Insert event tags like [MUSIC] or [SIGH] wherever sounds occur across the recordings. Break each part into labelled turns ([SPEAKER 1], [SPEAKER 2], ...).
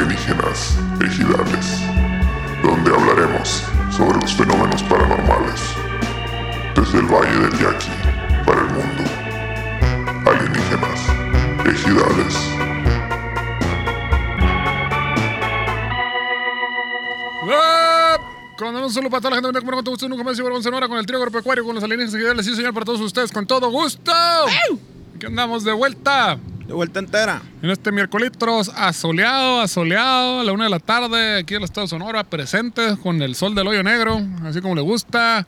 [SPEAKER 1] Leyendas Ejidales, donde hablaremos sobre los fenómenos paranormales desde el Valle del Yaqui para el mundo. Alienígenas, ejidales.
[SPEAKER 2] ¡Ah! Con un saludo para toda la gente, como con gusto, nunca más y Barbón Sonora, con el trío agropecuario, con los alienígenas ejidales, sí señor, para todos ustedes, con todo gusto. Aquí andamos de vuelta.
[SPEAKER 3] De vuelta entera.
[SPEAKER 2] En este miércoles asoleado, asoleado, a la una de la tarde, aquí en el Estado de Sonora, presentes con el sol del hoyo negro, así como le gusta.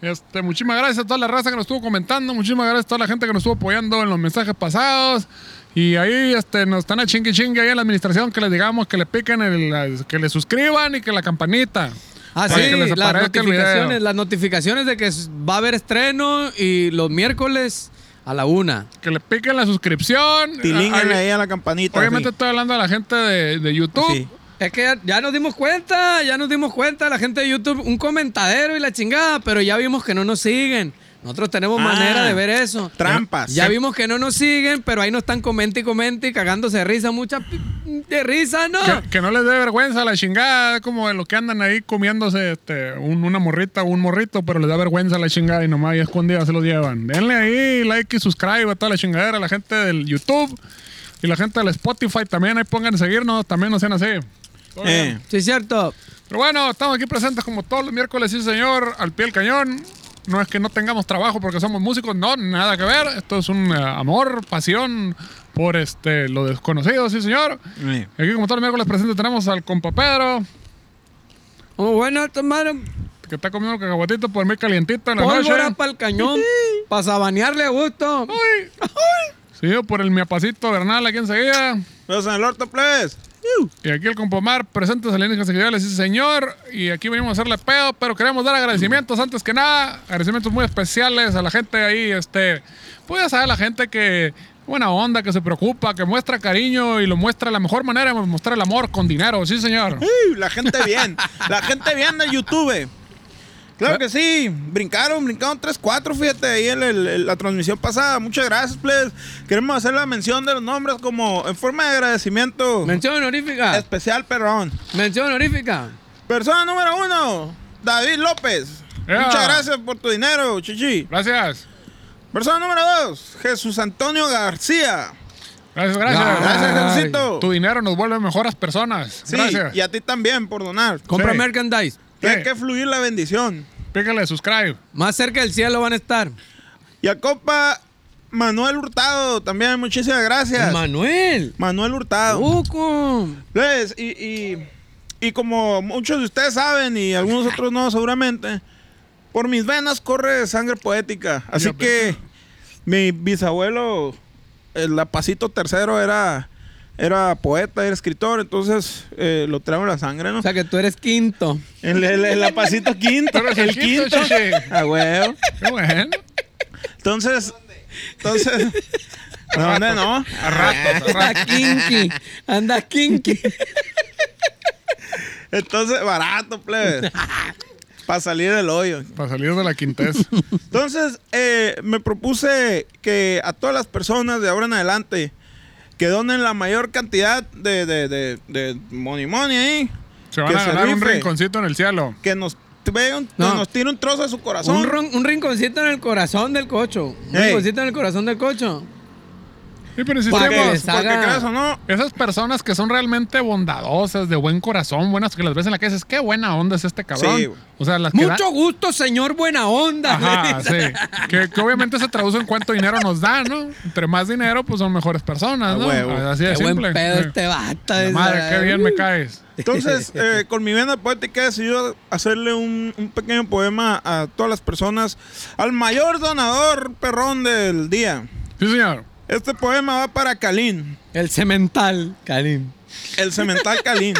[SPEAKER 2] Este, muchísimas gracias a toda la raza que nos estuvo comentando, muchísimas gracias a toda la gente que nos estuvo apoyando en los mensajes pasados. Y ahí este, nos están a chingue chingue ahí en la administración que les digamos que le piquen, el- que le suscriban y que la campanita.
[SPEAKER 4] Ah,
[SPEAKER 2] Para
[SPEAKER 4] sí,
[SPEAKER 2] que les
[SPEAKER 4] las
[SPEAKER 2] aparezca el video.
[SPEAKER 4] notificaciones, las notificaciones de que s- va a haber estreno y los miércoles a la una.
[SPEAKER 2] Que le piquen la suscripción.
[SPEAKER 3] Tilínguenle
[SPEAKER 2] Ah,
[SPEAKER 3] ahí a la campanita.
[SPEAKER 2] Obviamente
[SPEAKER 3] así.
[SPEAKER 2] estoy hablando a la gente de, de YouTube.
[SPEAKER 3] Sí.
[SPEAKER 4] Es que ya, ya nos dimos cuenta, ya nos dimos cuenta, la gente de YouTube, un comentadero y la chingada, pero ya vimos que no nos siguen. Nosotros tenemos
[SPEAKER 3] Ah,
[SPEAKER 4] manera de ver eso.
[SPEAKER 3] trampas.
[SPEAKER 4] Ya vimos que no nos siguen, pero ahí nos están comente y comente y cagándose de risa, mucha pi- de risa, ¿no?
[SPEAKER 2] Que, que no les dé vergüenza la chingada, como de lo que andan ahí comiéndose este, un- una morrita o un morrito, pero les da vergüenza la chingada y nomás ahí escondida se los llevan. Denle ahí like y subscribe a toda la chingadera, la gente del YouTube y la gente del Spotify también, ahí pongan a seguirnos, también no sean así. Todo
[SPEAKER 3] Eh,
[SPEAKER 2] bien.
[SPEAKER 4] Sí, cierto.
[SPEAKER 2] Pero bueno, estamos aquí presentes como todos los miércoles, sí señor, al pie del cañón. No es que no tengamos trabajo porque somos músicos, no, nada que ver. Esto es un eh, amor, pasión por este lo desconocido, sí señor.
[SPEAKER 3] eh.
[SPEAKER 2] Y Aquí como todos los miércoles presentes tenemos al compa Pedro,
[SPEAKER 4] Oh, bueno, tomar
[SPEAKER 2] que está comiendo cacahuatito por mí calientito en la
[SPEAKER 4] pólvora
[SPEAKER 2] noche.
[SPEAKER 4] para el cañón, para sabanearle
[SPEAKER 2] [LAUGHS]
[SPEAKER 4] a gusto.
[SPEAKER 2] Uy. Seguido por el miapacito Bernal aquí enseguida.
[SPEAKER 3] Los Pues, en el orto, please.
[SPEAKER 2] Y aquí el compomar, presentes alienígenas seguidores, sí señor. Y aquí venimos a hacerle pedo, pero queremos dar agradecimientos antes que nada. Agradecimientos muy especiales a la gente ahí, este... Pues a saber, la gente que... Buena onda, que se preocupa, que muestra cariño y lo muestra de la mejor manera, pues, mostrar el amor con dinero, sí señor.
[SPEAKER 3] Uh, La gente bien. la gente bien del YouTube. Claro que sí. Brincaron, brincaron 3, 4, fíjate, ahí en el- el- la transmisión pasada. Muchas gracias, please. Queremos hacer la mención de los nombres como en forma de agradecimiento
[SPEAKER 4] Mención honorífica.
[SPEAKER 3] especial, perrón.
[SPEAKER 4] Mención honorífica.
[SPEAKER 3] Persona número uno, David López.
[SPEAKER 2] Yeah.
[SPEAKER 3] Muchas gracias por tu dinero, chichi.
[SPEAKER 2] Gracias.
[SPEAKER 3] Persona número dos, Jesús Antonio García.
[SPEAKER 2] Gracias, gracias.
[SPEAKER 3] Gracias,
[SPEAKER 4] Ay,
[SPEAKER 3] Jesucito.
[SPEAKER 2] Tu dinero nos vuelve mejores personas.
[SPEAKER 3] Sí,
[SPEAKER 2] Gracias.
[SPEAKER 3] y a ti también por donar.
[SPEAKER 4] Compra
[SPEAKER 2] Sí.
[SPEAKER 4] merchandise.
[SPEAKER 3] Tiene que fluir la bendición.
[SPEAKER 2] Pícale subscribe.
[SPEAKER 4] Más cerca del cielo van a estar.
[SPEAKER 3] Y a compa Manuel Hurtado también, muchísimas gracias.
[SPEAKER 4] Manuel.
[SPEAKER 3] Manuel Hurtado.
[SPEAKER 4] Uh. Uco.
[SPEAKER 3] Pues, y, y- y como muchos de ustedes saben, y algunos otros no, seguramente, por mis venas corre sangre poética. Así
[SPEAKER 2] Ya ves.
[SPEAKER 3] que mi bisabuelo, el Lapacito tercero, era, era poeta, era escritor, entonces eh, lo traigo en la sangre, ¿no?
[SPEAKER 4] O sea que tú eres quinto.
[SPEAKER 3] el, el- el Lapacito quinto,
[SPEAKER 2] Pero es
[SPEAKER 3] [LAUGHS] el quinto.
[SPEAKER 2] Chichi.
[SPEAKER 3] Ah, huevo.
[SPEAKER 2] Qué
[SPEAKER 3] [LAUGHS]
[SPEAKER 2] bueno.
[SPEAKER 3] Entonces, entonces, ¿a dónde no?
[SPEAKER 2] A ratos, a [LAUGHS] ratos.
[SPEAKER 4] Anda kinky. Anda kinky.
[SPEAKER 3] Entonces, barato, plebe. Para salir del hoyo.
[SPEAKER 2] Para salir de la quintez.
[SPEAKER 3] Entonces, eh, me propuse que a todas las personas de ahora en adelante que donen la mayor cantidad de, de, de, de money money ahí,
[SPEAKER 2] Se van
[SPEAKER 3] Que
[SPEAKER 2] a
[SPEAKER 3] se
[SPEAKER 2] ganar un
[SPEAKER 3] rife.
[SPEAKER 2] rinconcito en el cielo.
[SPEAKER 3] que nos, ve un-
[SPEAKER 4] No.
[SPEAKER 3] nos tire un trozo de su corazón.
[SPEAKER 4] Un, ron- un rinconcito en el corazón del cocho. Un
[SPEAKER 3] Ey.
[SPEAKER 4] rinconcito en el corazón del cocho.
[SPEAKER 2] Y pero
[SPEAKER 4] Pa' que
[SPEAKER 2] insistimos,
[SPEAKER 4] les
[SPEAKER 3] porque
[SPEAKER 4] haga-
[SPEAKER 3] creas o no,
[SPEAKER 2] esas personas que son realmente bondadosas, de buen corazón, buenas, que las ves en la calle dices, qué buena onda es este cabrón.
[SPEAKER 3] Sí, güey.
[SPEAKER 2] o sea, las que dan-
[SPEAKER 4] Mucho gusto, señor buena onda. [LAUGHS]
[SPEAKER 2] Ajá, sí. Que, que obviamente se traduce en cuánto dinero nos da, ¿no? Entre más dinero, pues son mejores personas,
[SPEAKER 3] A
[SPEAKER 2] ¿no?
[SPEAKER 3] huevo.
[SPEAKER 2] Así
[SPEAKER 4] Qué
[SPEAKER 2] de
[SPEAKER 4] buen
[SPEAKER 2] simple.
[SPEAKER 4] pedo
[SPEAKER 2] Sí.
[SPEAKER 4] este bata.
[SPEAKER 2] La Madre, qué bien me caes.
[SPEAKER 3] Entonces, eh, con mi vena poética he decidido hacerle un, un pequeño poema a todas las personas, al mayor donador perrón del día.
[SPEAKER 2] Sí, señor.
[SPEAKER 3] Este poema va para Kalin,
[SPEAKER 4] El cemental, Karim.
[SPEAKER 3] el cemental Kalin.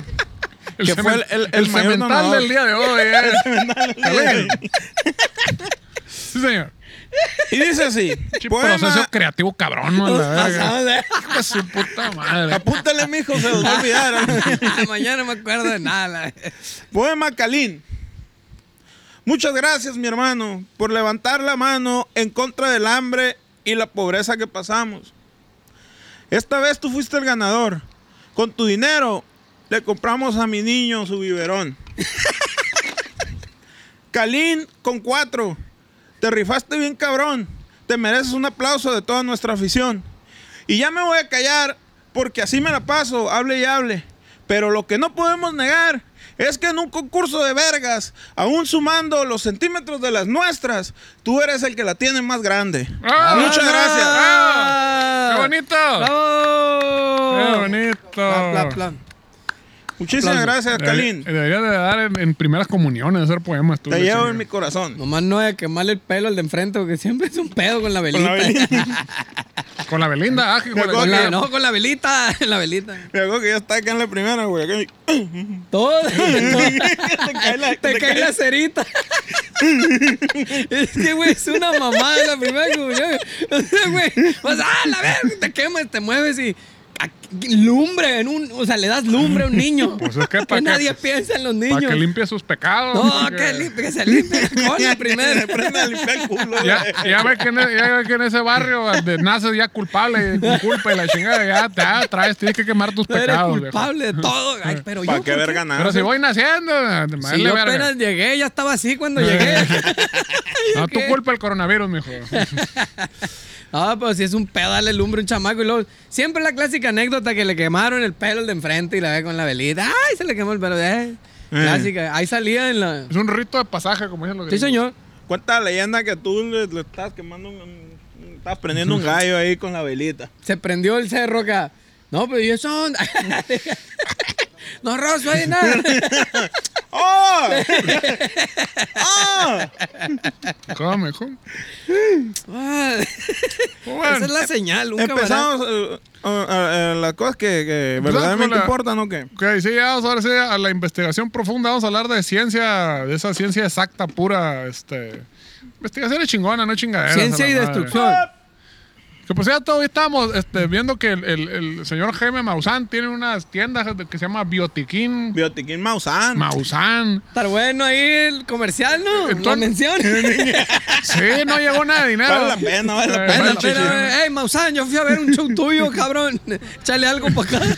[SPEAKER 2] El,
[SPEAKER 3] Que fue el- el- el mayor
[SPEAKER 2] cemental
[SPEAKER 3] donador.
[SPEAKER 2] del día de hoy.
[SPEAKER 3] [LAUGHS]
[SPEAKER 2] ¿eh? Kalin. sí, señor.
[SPEAKER 3] y dice así,
[SPEAKER 2] Qué proceso
[SPEAKER 3] poema,
[SPEAKER 2] creativo cabrón, ¿no?
[SPEAKER 4] Pues,
[SPEAKER 2] La verga.
[SPEAKER 4] Pasado de- [LAUGHS]
[SPEAKER 2] Hijo de su puta madre.
[SPEAKER 3] apúntale mijo, se los va a
[SPEAKER 4] [LAUGHS]
[SPEAKER 3] olvidar.
[SPEAKER 4] Mañana no me acuerdo de nada. la-
[SPEAKER 3] Poema Calín. Muchas gracias, mi hermano, por levantar la mano en contra del hambre y la pobreza que pasamos. Esta vez tú fuiste el ganador. Con tu dinero le compramos a mi niño su biberón. Kalin con cuatro. Te rifaste bien cabrón. Te mereces un aplauso de toda nuestra afición. Y ya me voy a callar porque así me la paso, hable y hable. Pero lo que no podemos negar es que en un concurso de vergas, aún sumando los centímetros de las nuestras, tú eres el que la tiene más grande.
[SPEAKER 2] ¡Ah!
[SPEAKER 3] Muchas gracias.
[SPEAKER 4] Ah.
[SPEAKER 2] ¡Qué bonito! ¡Qué
[SPEAKER 4] ¡Bravo!
[SPEAKER 2] bonito!
[SPEAKER 4] Plan, plan, plan.
[SPEAKER 3] Muchísimas
[SPEAKER 4] Aplauso.
[SPEAKER 3] gracias,
[SPEAKER 2] eh,
[SPEAKER 3] Kalin.
[SPEAKER 2] Debería- Deberías de dar en, en primeras comuniones, hacer poemas tú.
[SPEAKER 3] Te
[SPEAKER 2] la
[SPEAKER 3] llevo en
[SPEAKER 2] chingada.
[SPEAKER 3] mi corazón.
[SPEAKER 4] Nomás no de quemarle el pelo al de enfrente, porque siempre es un pedo con la
[SPEAKER 3] Con
[SPEAKER 4] velita.
[SPEAKER 3] la velita.
[SPEAKER 2] Con la Belinda, ah, que con la-
[SPEAKER 3] acuerdo
[SPEAKER 4] Con la-
[SPEAKER 3] que-
[SPEAKER 4] no, con la velita, [LAUGHS] la velita.
[SPEAKER 3] Me acuerdo que ya está acá en la primera, güey. Acá- [LAUGHS]
[SPEAKER 4] [LAUGHS] Todo.
[SPEAKER 3] Te cae la-
[SPEAKER 4] te cae la cerita. [LAUGHS] es que, güey, es una mamada la primera comunión. [LAUGHS] O sea, güey, vas, ah, la verga, te quemas, te mueves y ah, lumbre en un, o sea, le das lumbre a un niño.
[SPEAKER 2] [LAUGHS] Pues es que
[SPEAKER 4] que
[SPEAKER 2] para que-
[SPEAKER 4] nadie piensa en los niños.
[SPEAKER 2] Para que limpie sus pecados.
[SPEAKER 4] no,
[SPEAKER 2] porque-
[SPEAKER 4] que, limpie- que se limpie la cola
[SPEAKER 3] Me
[SPEAKER 4] primero.
[SPEAKER 3] prende a
[SPEAKER 2] [LAUGHS]
[SPEAKER 3] limpiar el culo, güey.
[SPEAKER 2] Ya, ya, ve que en, e, ya ve que en ese barrio de- naces ya culpable, con culpa y la chingada, ya te ya traes, tienes que quemar tus
[SPEAKER 4] Tú eres
[SPEAKER 2] pecados. viejo.
[SPEAKER 4] culpable de todo. Ay, pero
[SPEAKER 3] ¿Para
[SPEAKER 4] yo.
[SPEAKER 3] qué
[SPEAKER 4] ¿por
[SPEAKER 3] verga nada?
[SPEAKER 2] Pero si voy naciendo,
[SPEAKER 4] Si
[SPEAKER 2] madre
[SPEAKER 4] yo
[SPEAKER 2] verga.
[SPEAKER 4] apenas llegué, ya estaba así cuando
[SPEAKER 2] [LAUGHS]
[SPEAKER 4] llegué. [LAUGHS]
[SPEAKER 2] No, tu
[SPEAKER 4] ¿Qué?
[SPEAKER 2] culpa el coronavirus, mijo.
[SPEAKER 4] No, pero si pues es un pedo darle lumbre a un chamaco y luego. Siempre la clásica anécdota que le quemaron el pelo al de enfrente y la ve con la velita. ¡Ay! Se le quemó el pelo. Eh, Clásica. Ahí salía en la.
[SPEAKER 2] Es un rito de pasaje, como dicen los
[SPEAKER 4] Sí,
[SPEAKER 2] gringos.
[SPEAKER 4] señor.
[SPEAKER 3] Cuenta la leyenda que tú le, le estás quemando un- un- un- Estás prendiendo un gallo ahí con la velita.
[SPEAKER 4] Se prendió el cerro acá. No, pero yo son. [LAUGHS] no rozo ahí nada.
[SPEAKER 2] [LAUGHS]
[SPEAKER 3] ¡Oh! ¡Oh!
[SPEAKER 2] ¿Cómo, mijo?
[SPEAKER 4] Ah, Esa
[SPEAKER 2] Bueno,
[SPEAKER 4] es la señal. Un camarada.
[SPEAKER 3] Empezamos eh, eh, eh, las cosas que, que
[SPEAKER 2] Empezamos
[SPEAKER 3] verdaderamente
[SPEAKER 2] con la-
[SPEAKER 3] importan, ¿o qué?
[SPEAKER 2] ok, sí, ya vamos ahora sí a la investigación profunda. Vamos a hablar de ciencia, de esa ciencia exacta, pura, este... Investigaciones chingonas, no chingaderas.
[SPEAKER 4] Ciencia
[SPEAKER 2] a la
[SPEAKER 4] y
[SPEAKER 2] madre.
[SPEAKER 4] destrucción.
[SPEAKER 2] Que pues, por cierto, hoy estábamos este, viendo que el, el- el señor Jaime Maussan tiene unas tiendas que se llama Biotiquín,
[SPEAKER 3] Biotiquín Mausan.
[SPEAKER 2] Maussan.
[SPEAKER 4] Estar bueno ahí el comercial, ¿no? No
[SPEAKER 2] Entonces- [LAUGHS]
[SPEAKER 4] menciones.
[SPEAKER 2] Sí, no llegó nada de dinero.
[SPEAKER 3] Vale la pena, vale la
[SPEAKER 2] Eh,
[SPEAKER 3] pena,
[SPEAKER 4] Espera,
[SPEAKER 3] chichi.
[SPEAKER 4] espera, ey, Maussan, yo fui a ver un show tuyo,
[SPEAKER 2] [LAUGHS]
[SPEAKER 4] cabrón. Échale algo para acá.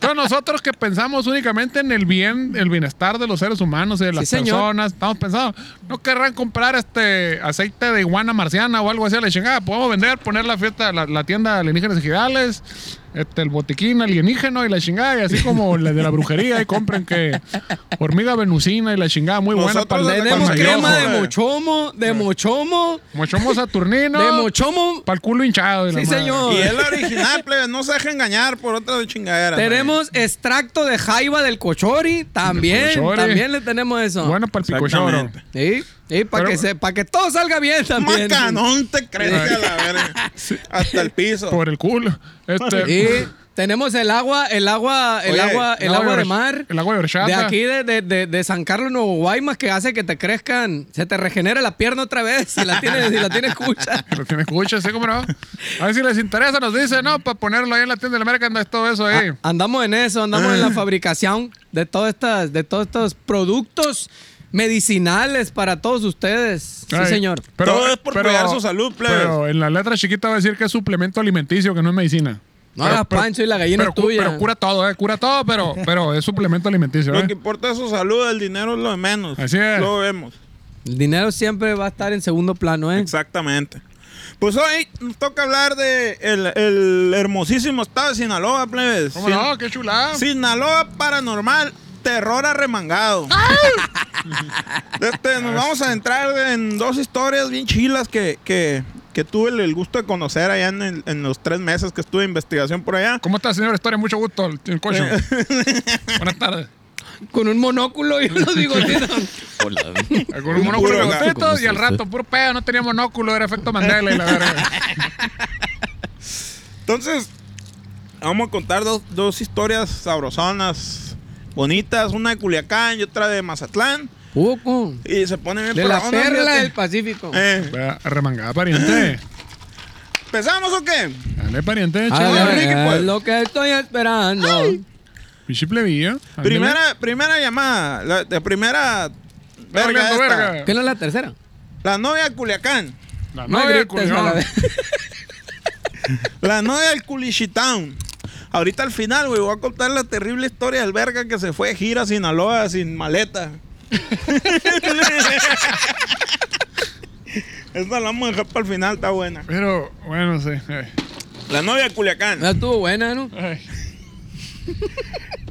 [SPEAKER 2] Todos nosotros que pensamos únicamente en el bien, el bienestar de los seres humanos y de las
[SPEAKER 4] señor.
[SPEAKER 2] personas, estamos pensando, no querrán comprar este aceite de iguana marciana o algo así a la chingada. Podemos vender, poner la fiesta, la, la tienda de alienígenas y gidales, este, el botiquín alienígeno y la chingada, y así como la de la brujería, y compren que hormiga venucina y la chingada, muy buena
[SPEAKER 3] Nosotros
[SPEAKER 2] para el-
[SPEAKER 3] tenemos
[SPEAKER 4] Tenemos
[SPEAKER 2] para el
[SPEAKER 4] crema
[SPEAKER 2] mayojo.
[SPEAKER 4] de
[SPEAKER 3] güey.
[SPEAKER 4] mochomo, de mochomo,
[SPEAKER 2] Mochomo saturnino.
[SPEAKER 4] de mochomo.
[SPEAKER 2] Para el culo hinchado. y la
[SPEAKER 4] Sí,
[SPEAKER 2] madre.
[SPEAKER 4] señor.
[SPEAKER 3] Y es la original, plebe. No se deje engañar por otra chingadera.
[SPEAKER 4] Tenemos extracto de jaiba del cochori. También,
[SPEAKER 2] Del cochori.
[SPEAKER 4] también le tenemos eso.
[SPEAKER 2] Bueno, para el picochoro.
[SPEAKER 3] Exactamente.
[SPEAKER 4] Sí, sí, para
[SPEAKER 2] Pero-
[SPEAKER 4] que, se- pa' que todo salga bien también.
[SPEAKER 3] Macanón te crece a la
[SPEAKER 2] [LAUGHS]
[SPEAKER 3] verga. Hasta el piso.
[SPEAKER 2] Por el culo. Este,
[SPEAKER 4] Y tenemos el agua, el agua, el
[SPEAKER 3] Oye,
[SPEAKER 4] agua, el
[SPEAKER 2] el agua
[SPEAKER 4] agua de
[SPEAKER 2] de-
[SPEAKER 4] mar.
[SPEAKER 2] el agua de horchata.
[SPEAKER 4] De aquí, de, de, de, de San Carlos, Nuevo Guaymas, que hace que te crezcan, se te regenera la pierna otra vez si la tienes, si la tienes cucha.
[SPEAKER 2] Lo que me escucha, ¿sí, cómo no? A ver si les interesa, nos dicen, no, para ponerlo ahí en la tienda de la merchandise, todo eso ahí.
[SPEAKER 4] Ah, Andamos en eso, andamos
[SPEAKER 3] Ah.
[SPEAKER 4] en la fabricación de todas estas, de todos estos productos medicinales para todos ustedes. Sí,
[SPEAKER 2] Ay,
[SPEAKER 4] señor.
[SPEAKER 3] Todo es por cuidar su salud, plebes.
[SPEAKER 2] Pero en la letra chiquita va a decir que es suplemento alimenticio, que no es medicina.
[SPEAKER 4] No hagas pancho y la gallina
[SPEAKER 2] pero
[SPEAKER 4] es
[SPEAKER 2] cu-
[SPEAKER 4] tuya.
[SPEAKER 2] Pero cura todo, ¿eh? Cura todo,
[SPEAKER 4] [LAUGHS]
[SPEAKER 2] pero, pero es suplemento alimenticio,
[SPEAKER 3] Lo que
[SPEAKER 2] ¿eh?
[SPEAKER 3] importa es su salud, el dinero es lo de menos.
[SPEAKER 2] Así es.
[SPEAKER 3] Lo vemos.
[SPEAKER 4] El dinero siempre va a estar en segundo plano, ¿eh?
[SPEAKER 3] Exactamente. Pues hoy nos toca hablar de el, el hermosísimo estado de Sinaloa, plebes.
[SPEAKER 2] ¿Cómo
[SPEAKER 3] Sin-
[SPEAKER 2] no? ¡Qué chulada!
[SPEAKER 3] Sinaloa paranormal,
[SPEAKER 2] [LAUGHS]
[SPEAKER 3] terror arremangado. Este, nos vamos a entrar en dos historias bien chilas que, que, que tuve el, el gusto de conocer allá en, el- en los tres meses que estuve de investigación por allá.
[SPEAKER 2] ¿Cómo está, señor Historia? Mucho gusto, el, el cocho.
[SPEAKER 3] Eh.
[SPEAKER 2] [LAUGHS] Buenas tardes.
[SPEAKER 4] Con un monóculo y unos
[SPEAKER 3] [LAUGHS]
[SPEAKER 4] bigotitos.
[SPEAKER 5] Hola.
[SPEAKER 2] Con un monóculo
[SPEAKER 3] puro
[SPEAKER 2] de
[SPEAKER 5] ¿cómo
[SPEAKER 3] gato,
[SPEAKER 2] botitos y al
[SPEAKER 5] estás?
[SPEAKER 2] rato, puro pedo, no tenía monóculo, era efecto Mandela y la verga.
[SPEAKER 4] [LAUGHS]
[SPEAKER 3] Entonces, vamos a contar dos, dos historias sabrosonas, bonitas, una de Culiacán y otra de Mazatlán.
[SPEAKER 4] Poco.
[SPEAKER 3] Y se pone bien
[SPEAKER 4] De la
[SPEAKER 3] perrona,
[SPEAKER 4] perla
[SPEAKER 3] fíjate.
[SPEAKER 4] del Pacífico.
[SPEAKER 3] Eh,
[SPEAKER 2] Vea, Arremangada, pariente.
[SPEAKER 3] ¿Empezamos o qué?
[SPEAKER 2] Dale, pariente,
[SPEAKER 4] A
[SPEAKER 2] chaval.
[SPEAKER 4] ver,
[SPEAKER 3] Ricky,
[SPEAKER 4] es
[SPEAKER 3] pues.
[SPEAKER 4] lo que estoy esperando.
[SPEAKER 2] Pichi plebillo. ándale.
[SPEAKER 3] Primera, primera llamada, la, la primera...
[SPEAKER 2] Está
[SPEAKER 3] verga
[SPEAKER 2] oliendo
[SPEAKER 3] esta.
[SPEAKER 2] verga.
[SPEAKER 4] ¿Qué no es la tercera?
[SPEAKER 3] La novia de Culiacán.
[SPEAKER 2] La
[SPEAKER 4] No
[SPEAKER 2] novia de
[SPEAKER 4] grites,
[SPEAKER 2] Culión.
[SPEAKER 4] a la vez.
[SPEAKER 3] La novia del Culichitown. Ahorita al final, güey, voy a contar la terrible historia del verga que se fue de gira a Sinaloa sin maleta. [LAUGHS] Esta la vamos a dejar para el final, está buena.
[SPEAKER 2] Pero, bueno, sí. ay,
[SPEAKER 3] La novia de Culiacán.
[SPEAKER 4] No estuvo
[SPEAKER 3] [LAUGHS]
[SPEAKER 4] buena, ¿no?
[SPEAKER 2] ay.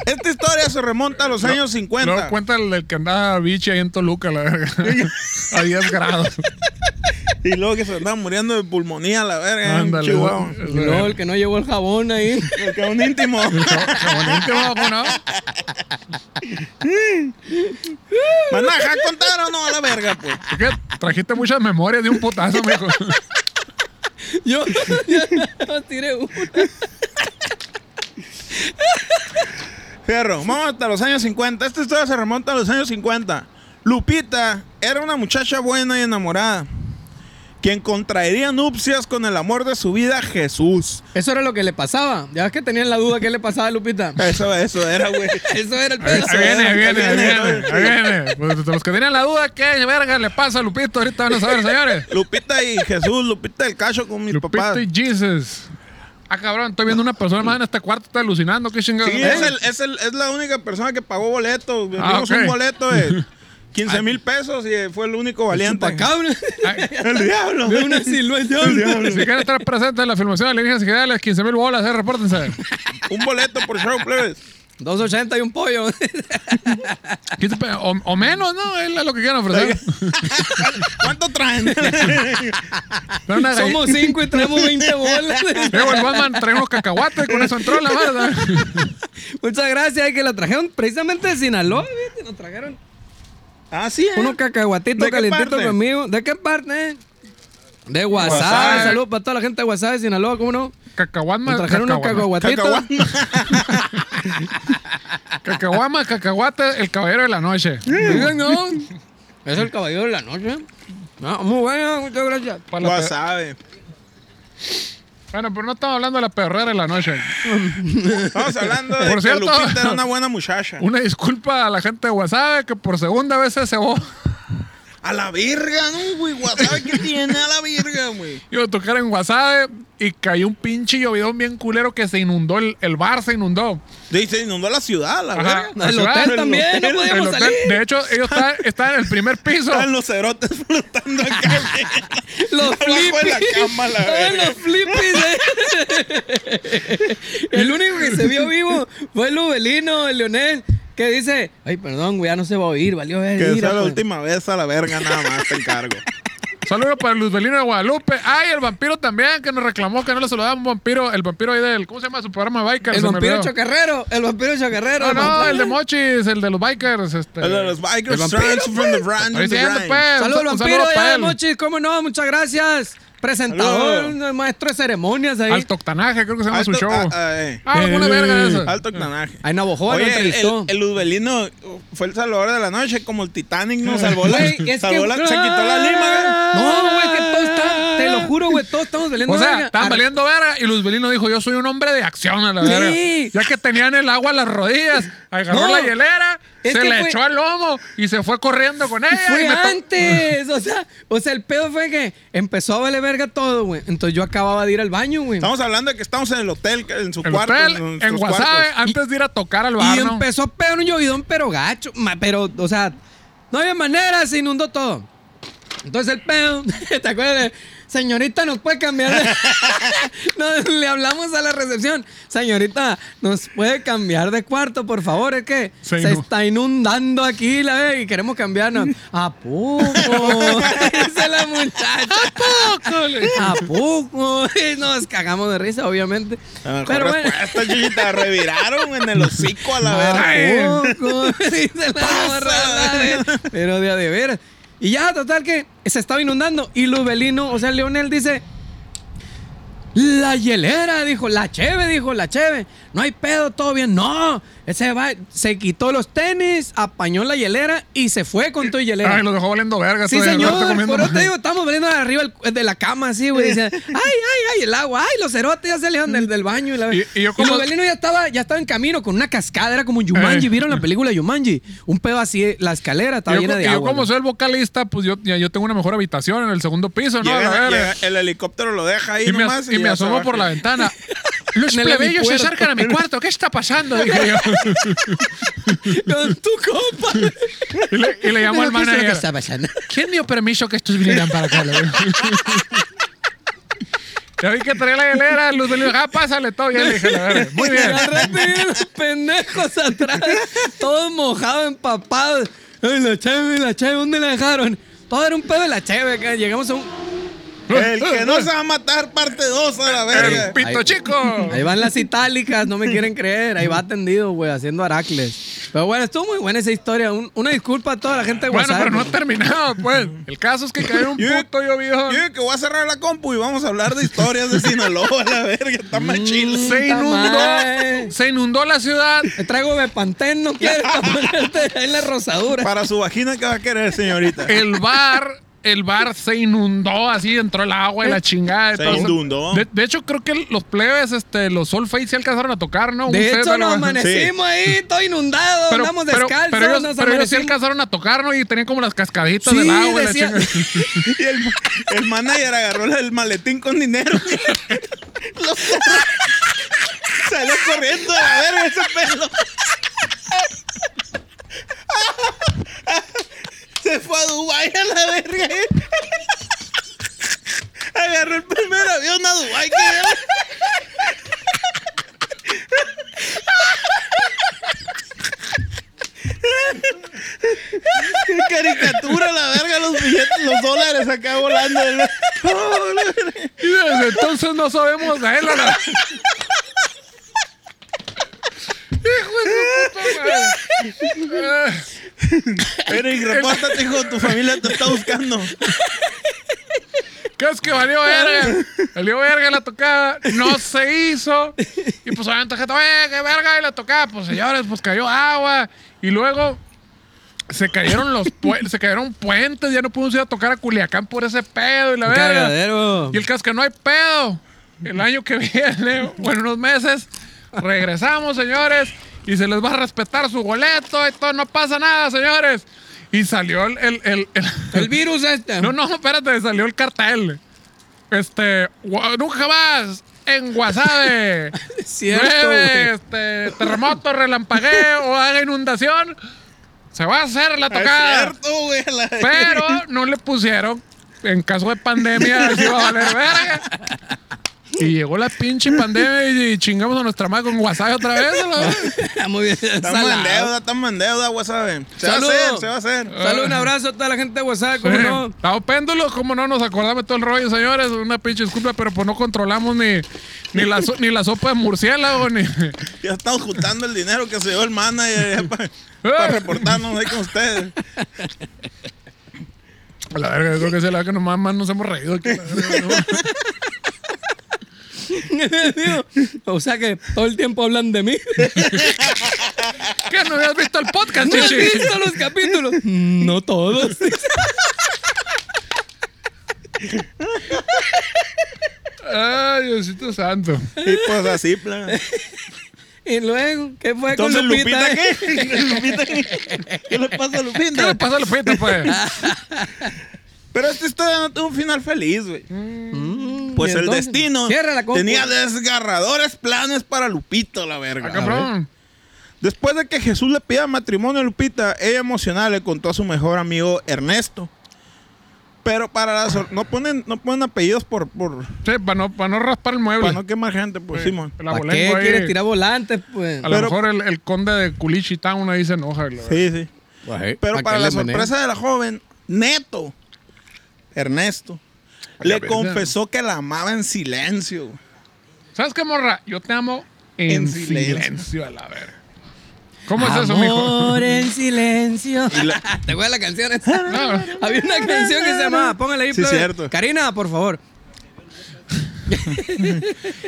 [SPEAKER 3] Esta historia se remonta a los años
[SPEAKER 2] Luego
[SPEAKER 3] 50.
[SPEAKER 2] cuenta el del que andaba biche ahí en Toluca, la verga. [LAUGHS] a 10 grados.
[SPEAKER 3] y luego que se andaba muriendo de pulmonía, la verga. en
[SPEAKER 2] Ándale.
[SPEAKER 3] Chihuahua.
[SPEAKER 2] esa- esa-
[SPEAKER 4] Y luego el que no llevó el jabón ahí. [LAUGHS]
[SPEAKER 3] Me quedó un íntimo.
[SPEAKER 2] Qué bonito, ¿no? ¿no?
[SPEAKER 3] ¿Van a dejar contar o no a la verga, pues?
[SPEAKER 2] Es que trajiste muchas memorias de un putazo, mijo.
[SPEAKER 4] Yo, [LAUGHS] yo no tiré una.
[SPEAKER 3] Fierro, vamos hasta los años 50. Esta historia se remonta a los años 50. Lupita era una muchacha buena y enamorada, quien contraería nupcias con el amor de su vida, Jesús.
[SPEAKER 4] Eso era lo que le pasaba. Ya ves que tenían la duda qué le pasaba
[SPEAKER 2] [LAUGHS]
[SPEAKER 4] a Lupita.
[SPEAKER 3] Eso, eso era, güey.
[SPEAKER 4] Eso era el
[SPEAKER 2] Ahí
[SPEAKER 4] pedo.
[SPEAKER 2] viene, ahí viene, ahí
[SPEAKER 3] viene,
[SPEAKER 2] viene. Ahí viene. Pues, de los que tenían la duda, ¿qué verga le pasa a Lupito? Ahorita van a saber, señores.
[SPEAKER 3] Lupita y Jesús, Lupita del Cacho con mis
[SPEAKER 2] Lupito
[SPEAKER 3] papás.
[SPEAKER 2] y Jesus. Ah, cabrón, estoy viendo una persona más en este cuarto, está alucinando, qué chingada.
[SPEAKER 3] Sí, es, el- es el- es la única persona que pagó boleto. Vendimos
[SPEAKER 2] Ah, ok.
[SPEAKER 3] un
[SPEAKER 2] [LAUGHS]
[SPEAKER 3] boleto de 15 mil pesos y fue el único valiente.
[SPEAKER 4] Chupacabra. [LAUGHS]
[SPEAKER 3] El diablo.
[SPEAKER 4] De una silueta.
[SPEAKER 2] Si quieren estar presentes en la filmación de Alienígenas Ideales, 15 mil bolas, eh, repórtense.
[SPEAKER 3] Un boleto por show, plebes.
[SPEAKER 4] 2.80 y un pollo.
[SPEAKER 2] 15 pe- O, o menos, ¿no? Es lo que quieran ofrecer. [LAUGHS]
[SPEAKER 3] ¿Cuánto traen?
[SPEAKER 2] Pero una gall-
[SPEAKER 4] Somos cinco y traemos
[SPEAKER 2] [LAUGHS]
[SPEAKER 4] 20 bolas.
[SPEAKER 2] Luego el Batman trae unos cacahuates, con eso entró la verdad.
[SPEAKER 4] Muchas gracias. Que la trajeron precisamente de Sinaloa. Fíjate, nos trajeron
[SPEAKER 3] Ah, sí. ¿eh?
[SPEAKER 4] unos
[SPEAKER 3] ¿De
[SPEAKER 4] cacahuatitos
[SPEAKER 3] qué
[SPEAKER 4] calentitos
[SPEAKER 3] parte?
[SPEAKER 4] conmigo. ¿De qué parte? De WhatsApp.
[SPEAKER 3] Guasave.
[SPEAKER 4] Saludos para toda la gente de WhatsApp de Sinaloa. ¿Cómo no?
[SPEAKER 2] Cacahuatma,
[SPEAKER 4] Nos trajeron unos
[SPEAKER 2] cacahuana.
[SPEAKER 4] cacahuatitos.
[SPEAKER 3] Cacahuana.
[SPEAKER 2] Cacahuama, cacahuate, el caballero de la noche.
[SPEAKER 4] Digan, no. Mm. [LAUGHS] Es el caballero de la noche. No, muy bueno, muchas [LAUGHS] gracias.
[SPEAKER 2] Para la pe-
[SPEAKER 3] Guasave.
[SPEAKER 2] Bueno, pero no estamos hablando de la perrera de la noche.
[SPEAKER 3] Estamos hablando de
[SPEAKER 2] Por
[SPEAKER 3] que
[SPEAKER 2] cierto.
[SPEAKER 3] Lupita era una buena muchacha.
[SPEAKER 2] Una disculpa a la gente de WhatsApp que por segunda vez se cebó.
[SPEAKER 3] A la verga, ¿no, güey? Guasave, ¿qué tiene a la verga, güey?
[SPEAKER 2] Iba a tocar en WhatsApp y cayó un pinche llovidón bien culero que se inundó, el, el bar se inundó.
[SPEAKER 3] Sí, se inundó la ciudad, la
[SPEAKER 2] Ajá.
[SPEAKER 3] verga.
[SPEAKER 2] La
[SPEAKER 4] El
[SPEAKER 2] ciudad,
[SPEAKER 4] hotel
[SPEAKER 2] el
[SPEAKER 4] también,
[SPEAKER 3] hotel,
[SPEAKER 4] no
[SPEAKER 2] El
[SPEAKER 4] podíamos
[SPEAKER 2] hotel-
[SPEAKER 4] salir.
[SPEAKER 2] de hecho, ellos estaban, estaban en el primer piso.
[SPEAKER 3] Estaban los cerotes [LAUGHS] flotando acá,
[SPEAKER 2] [LAUGHS]
[SPEAKER 3] güey.
[SPEAKER 4] [LAUGHS] Los
[SPEAKER 3] Abajo de la
[SPEAKER 4] flippies.
[SPEAKER 3] cama,
[SPEAKER 4] [LAUGHS]
[SPEAKER 3] la
[SPEAKER 4] Estaban
[SPEAKER 3] verga.
[SPEAKER 4] los flippies, eh. [LAUGHS] El único que se vio vivo fue el Ubelino, el Leonel, que dice, ay, perdón, güey, ya no se va a oír, valió ver.
[SPEAKER 3] Que
[SPEAKER 4] mira,
[SPEAKER 3] esa es la
[SPEAKER 4] pues".
[SPEAKER 3] última vez a la verga, nada más,
[SPEAKER 2] [LAUGHS]
[SPEAKER 3] te encargo.
[SPEAKER 2] Saludos para Luz Belino de Guadalupe. Ay, el vampiro también que nos reclamó que no le saludamos un vampiro. El vampiro ahí del. ¿Cómo se llama su programa Bikers?
[SPEAKER 4] El
[SPEAKER 2] Se me
[SPEAKER 4] vampiro
[SPEAKER 2] olvidó.
[SPEAKER 4] chocarrero, el vampiro chocarrero.
[SPEAKER 2] No, no,
[SPEAKER 4] Montaña.
[SPEAKER 2] el de Mochis, el de los Bikers. Este.
[SPEAKER 3] El de los
[SPEAKER 2] El
[SPEAKER 3] bikers
[SPEAKER 2] vampiro,
[SPEAKER 3] trans from the brand
[SPEAKER 2] Estoy
[SPEAKER 3] to the
[SPEAKER 2] diciendo,
[SPEAKER 3] grind.
[SPEAKER 2] pues.
[SPEAKER 4] Saludos,
[SPEAKER 2] un- un
[SPEAKER 4] vampiro,
[SPEAKER 2] saludo para
[SPEAKER 4] ya,
[SPEAKER 2] él.
[SPEAKER 4] Mochis, cómo no, muchas gracias. Presentador,
[SPEAKER 3] Saludos.
[SPEAKER 4] maestro de ceremonias ahí.
[SPEAKER 2] Alto octanaje, creo que se llama su
[SPEAKER 3] Alto-
[SPEAKER 2] show.
[SPEAKER 3] ah, ah, eh.
[SPEAKER 2] Ah, alguna
[SPEAKER 4] Eh.
[SPEAKER 2] verga de esa.
[SPEAKER 3] Alto octanaje.
[SPEAKER 4] Ahí Navojoa lo
[SPEAKER 3] Oye, el,
[SPEAKER 4] entrevistó.
[SPEAKER 3] el, el Uzbelino fue el salvador de la noche, como el
[SPEAKER 2] [LAUGHS]
[SPEAKER 3] Titanic nos salvó la,
[SPEAKER 4] Güey, es
[SPEAKER 3] salvó
[SPEAKER 4] que-
[SPEAKER 3] la- se quitó la lima.
[SPEAKER 4] [LAUGHS] No, güey, que todo está.
[SPEAKER 2] [LAUGHS]
[SPEAKER 4] Te lo juro, güey, todos estamos valiendo
[SPEAKER 2] O sea,
[SPEAKER 4] verga.
[SPEAKER 2] estaban
[SPEAKER 4] Ar-
[SPEAKER 2] valiendo verga y Luzbelino dijo, yo soy un hombre de acción a la verga.
[SPEAKER 4] Sí.
[SPEAKER 2] Ya que tenían el agua a las rodillas, agarró
[SPEAKER 4] No.
[SPEAKER 2] la hielera,
[SPEAKER 4] Es
[SPEAKER 2] se
[SPEAKER 4] que
[SPEAKER 2] le
[SPEAKER 4] fue-
[SPEAKER 2] echó al lomo y se fue corriendo con ella. y
[SPEAKER 4] Fue
[SPEAKER 2] me to-
[SPEAKER 4] antes, o sea, o sea, el pedo fue que empezó a valer verga todo, güey. Entonces yo acababa de ir al baño, güey.
[SPEAKER 3] Estamos hablando de que estamos en el hotel, en su
[SPEAKER 2] El
[SPEAKER 3] cuarto.
[SPEAKER 2] hotel, en
[SPEAKER 3] nuestros cuartos.
[SPEAKER 2] WhatsApp, antes de ir a tocar al bar,
[SPEAKER 4] Y
[SPEAKER 2] ¿no? [LAUGHS]
[SPEAKER 4] empezó a pegar un llovidón, pero gacho. ma- Pero, o sea, no había manera, se inundó todo. Entonces el pedo, [LAUGHS] ¿te acuerdas? de, Señorita, ¿nos puede cambiar? de-" [LAUGHS] No, le hablamos a la recepción. Señorita, ¿nos puede cambiar de cuarto, por favor? Es que
[SPEAKER 2] Se
[SPEAKER 4] se,
[SPEAKER 2] inu-
[SPEAKER 4] está inundando aquí, la ve, y queremos cambiarnos. ¿A poco? [LAUGHS] Dice la muchacha. ¿A poco? ¿A poco? [LAUGHS] Y nos cagamos de risa, obviamente.
[SPEAKER 3] La mejor
[SPEAKER 4] Pero bueno.
[SPEAKER 3] respuesta, chiquita. Reviraron en el hocico a la verga.
[SPEAKER 4] ¿A poco? Dice la
[SPEAKER 3] Pasa.
[SPEAKER 4] morra, la ver- [LAUGHS] Pero de a de veras. Y ya, total que se estaba inundando. Y Lubelino, o sea, Leonel dice. La hielera, dijo, la cheve, dijo, la cheve. No hay pedo, todo bien. No, ese va, se quitó los tenis, apañó la hielera y se fue con tu
[SPEAKER 2] [LAUGHS]
[SPEAKER 4] hielera.
[SPEAKER 2] Ay, lo dejó valiendo verga.
[SPEAKER 4] Sí,
[SPEAKER 2] todavía,
[SPEAKER 4] señor.
[SPEAKER 2] ahorita comiendo
[SPEAKER 4] Por eso te
[SPEAKER 2] más.
[SPEAKER 4] digo, estamos valiendo arriba el- de la cama así, güey.
[SPEAKER 2] [LAUGHS]
[SPEAKER 4] Dice, ay, ay, ay, el agua. Ay, los cerotes ya salieron del, del baño. Y, la...
[SPEAKER 2] Y- y yo como-
[SPEAKER 4] Lubelino ya estaba, ya estaba en camino con una cascada. Era como un Yumanji.
[SPEAKER 2] Eh.
[SPEAKER 4] ¿Vieron la película Yumanji? Un pedo así, la escalera estaba
[SPEAKER 2] Y yo,
[SPEAKER 4] llena
[SPEAKER 2] co-
[SPEAKER 4] de
[SPEAKER 2] y yo
[SPEAKER 4] agua.
[SPEAKER 2] como
[SPEAKER 4] güey.
[SPEAKER 2] soy el vocalista, pues yo, ya- yo tengo una mejor habitación en el segundo piso, ¿no?
[SPEAKER 3] Llegan-
[SPEAKER 2] La verga.
[SPEAKER 3] llega- el helicóptero lo deja ahí
[SPEAKER 2] y me, as-
[SPEAKER 3] nomás.
[SPEAKER 2] y me
[SPEAKER 3] ya se
[SPEAKER 2] asomo
[SPEAKER 4] [LAUGHS]
[SPEAKER 3] baja.
[SPEAKER 2] por la ventana. Los
[SPEAKER 4] en el
[SPEAKER 2] plebeyos se
[SPEAKER 4] hemipuerto.
[SPEAKER 2] acercan a mi cuarto. ¿Qué está pasando? Dije yo.
[SPEAKER 4] [LAUGHS] Con tu compa.
[SPEAKER 2] Y le, y le llamó al
[SPEAKER 4] Pero, ¿qué es lo que
[SPEAKER 2] manager.
[SPEAKER 4] está pasando?
[SPEAKER 2] ¿Quién dio permiso que estos vinieran para acá? [LAUGHS] la verdad? Ya vi que traía la hilera, Luz del Ah, pásale todo. Ya le dije, la verdad. Muy bien.
[SPEAKER 4] Agárrate
[SPEAKER 2] [LAUGHS]
[SPEAKER 4] los pendejos atrás, todos mojados, empapados. Ay, la cheve, la cheve, ¿dónde la dejaron? Todo era un pedo de la cheve acá. Llegamos a un.
[SPEAKER 3] El que no se va a matar, parte 2 a la
[SPEAKER 2] El
[SPEAKER 3] verga.
[SPEAKER 2] pito
[SPEAKER 4] Ahí-
[SPEAKER 2] chico.
[SPEAKER 4] [LAUGHS] Ahí van las itálicas, no me quieren creer. Ahí va tendido, güey, haciendo aracles. Pero bueno, estuvo muy buena esa historia. Un- una disculpa a toda la gente de
[SPEAKER 2] Bueno,
[SPEAKER 4] WhatsApp.
[SPEAKER 2] pero no ha terminado, pues. El caso es que cayó un
[SPEAKER 3] Yo-
[SPEAKER 2] puto llovido.
[SPEAKER 3] Yo digo que voy a cerrar la compu y vamos a hablar de historias de Sinaloa, la verga. Está
[SPEAKER 2] Mm,
[SPEAKER 3] más chill.
[SPEAKER 2] Se inundó,
[SPEAKER 4] madre.
[SPEAKER 2] se inundó la ciudad.
[SPEAKER 4] Te traigo Bepantén,
[SPEAKER 2] [LAUGHS]
[SPEAKER 4] no quieres para ponerte ahí la rosadura.
[SPEAKER 3] Para su vagina que va a querer, señorita.
[SPEAKER 2] El bar, el bar se inundó así, entró el agua y la chingada. y
[SPEAKER 3] Se
[SPEAKER 2] todo eso.
[SPEAKER 3] inundó.
[SPEAKER 2] De, de hecho, creo que los plebes, este, los Soulfate se alcanzaron a tocar, ¿no?
[SPEAKER 4] De
[SPEAKER 2] Ustedes,
[SPEAKER 4] hecho, nos
[SPEAKER 2] algo-
[SPEAKER 4] amanecimos ahí, todo inundado, andamos descalzos,
[SPEAKER 2] pero ellos,
[SPEAKER 4] nos
[SPEAKER 2] pero ellos sí
[SPEAKER 4] amanecimos.
[SPEAKER 2] alcanzaron a tocar, ¿no? Y tenían como las cascaditas
[SPEAKER 4] Sí,
[SPEAKER 2] del agua. y la
[SPEAKER 4] decía-
[SPEAKER 2] chingada.
[SPEAKER 4] [LAUGHS]
[SPEAKER 3] Y el, el manager agarró el maletín con dinero. [LAUGHS] Lo cerró. Salió corriendo a la verga ese pelo. Se fue a Dubái a la verga. Agarró el primer avión a Dubái. que era- ¡Qué caricatura la verga! Los billetes, los dólares acá volando.
[SPEAKER 2] Y desde entonces no sabemos de él, a la- Hijo de su puta madre. Eh,
[SPEAKER 3] Eric, repórtate, hijo. Tu familia te está buscando.
[SPEAKER 2] ¿Qué es que valió verga? Valió verga la tocada, no se hizo. Y pues obviamente gente, oye, qué verga, y la tocada. Pues señores, pues cayó agua. Y luego se cayeron los pue- se cayeron puentes, ya no pudimos ir a tocar a Culiacán por ese pedo y la verga.
[SPEAKER 4] Cagadero.
[SPEAKER 2] Y el caso es que no hay pedo. El año que [LAUGHS] viene, o en unos meses, regresamos, señores. Y se les va a respetar su boleto y todo. No pasa nada, señores. Y salió el... el- el- el- [LAUGHS]
[SPEAKER 4] El virus este.
[SPEAKER 2] No, no, espérate. Salió el cartel. Este... gua- Nunca más en Guasave.
[SPEAKER 4] Cierto,
[SPEAKER 2] Llueve,
[SPEAKER 4] güey.
[SPEAKER 2] este, terremoto, relampagueo o haga inundación. Se va a hacer la tocada.
[SPEAKER 3] Es cierto, güey. a la verga.
[SPEAKER 2] Pero no le pusieron. En caso de pandemia, así va a valer verga. Y llegó la pinche pandemia y chingamos a nuestra madre con WhatsApp otra vez. ¿no?
[SPEAKER 4] [LAUGHS] Muy bien.
[SPEAKER 3] Estamos en
[SPEAKER 4] salado.
[SPEAKER 3] deuda, estamos en deuda, WhatsApp. Se
[SPEAKER 4] Saludo.
[SPEAKER 3] va a hacer, se va a hacer.
[SPEAKER 4] Salud, un abrazo a toda la gente de WhatsApp, ¿cómo no? [LAUGHS]
[SPEAKER 2] Estamos péndulos, como no nos acordamos de todo el rollo, señores. Una pinche disculpa, pero pues no controlamos ni, ni, la, so- ni la sopa de murciélago, ni. [LAUGHS]
[SPEAKER 3] Ya estamos juntando el dinero que se dio el manager para reportarnos ahí con ustedes.
[SPEAKER 2] A la verga, yo creo que es la que nomás más nos hemos reído aquí. la verga, ¿no?
[SPEAKER 4] [LAUGHS] Digo, o sea que todo el tiempo hablan de mí.
[SPEAKER 2] ¿Qué? ¿No habías visto el podcast,
[SPEAKER 4] ¿No has
[SPEAKER 2] chichi?
[SPEAKER 4] visto los capítulos? Mm, No todos.
[SPEAKER 2] Ay, Diosito santo.
[SPEAKER 3] Y pues así, [LAUGHS] plan.
[SPEAKER 4] Y luego, ¿qué fue
[SPEAKER 3] Entonces,
[SPEAKER 4] con Lupita?
[SPEAKER 3] Lupita,
[SPEAKER 4] eh?
[SPEAKER 3] ¿qué? [LAUGHS] ¿Lupita qué? ¿Qué le pasa a
[SPEAKER 2] ¿Qué le
[SPEAKER 3] Lupita?
[SPEAKER 2] pasa a Lupita,
[SPEAKER 4] [LAUGHS]
[SPEAKER 2] pues?
[SPEAKER 3] Pero esta historia no tuvo un final feliz, güey.
[SPEAKER 4] Mm,
[SPEAKER 3] Pues
[SPEAKER 4] y
[SPEAKER 3] el
[SPEAKER 4] entonces,
[SPEAKER 3] destino
[SPEAKER 4] Cierra la compu.
[SPEAKER 3] tenía desgarradores planes para Lupito, la verga.
[SPEAKER 2] Ah, cabrón.
[SPEAKER 3] Después de que Jesús le pida matrimonio a Lupita, ella emocionada le contó a su mejor amigo Ernesto. Pero para la sor- no ponen no ponen apellidos por, por
[SPEAKER 2] Sí, para no, para no raspar el mueble.
[SPEAKER 3] para no quemar gente, pues
[SPEAKER 2] Sí,
[SPEAKER 3] Simón.
[SPEAKER 2] el
[SPEAKER 4] ¿Para
[SPEAKER 2] abolengo
[SPEAKER 4] qué
[SPEAKER 2] ahí.
[SPEAKER 4] quieres tirar volantes, pues?
[SPEAKER 2] A lo
[SPEAKER 3] Pero-
[SPEAKER 2] mejor el, el conde de Culichi Town ahí se enoja. la verdad.
[SPEAKER 3] Sí, sí. Pero
[SPEAKER 4] ¿Pa'
[SPEAKER 3] para
[SPEAKER 4] qué
[SPEAKER 3] la
[SPEAKER 4] le manejo?
[SPEAKER 3] sorpresa de la joven, Neto, Ernesto, le
[SPEAKER 2] verga.
[SPEAKER 3] confesó que la amaba en silencio. güey.
[SPEAKER 2] ¿Sabes qué, morra? Yo te amo en,
[SPEAKER 3] En
[SPEAKER 2] silencio.
[SPEAKER 3] silencio.
[SPEAKER 2] a la verga. ¿Cómo es eso, mijo? [LAUGHS]
[SPEAKER 4] Amor eh, en silencio. [LAUGHS] ¿Te acuerdas la canción esa?
[SPEAKER 2] No.
[SPEAKER 4] Había una canción que se llamaba, póngale ahí.
[SPEAKER 3] Sí,
[SPEAKER 4] plebe.
[SPEAKER 3] cierto.
[SPEAKER 4] Karina, por favor.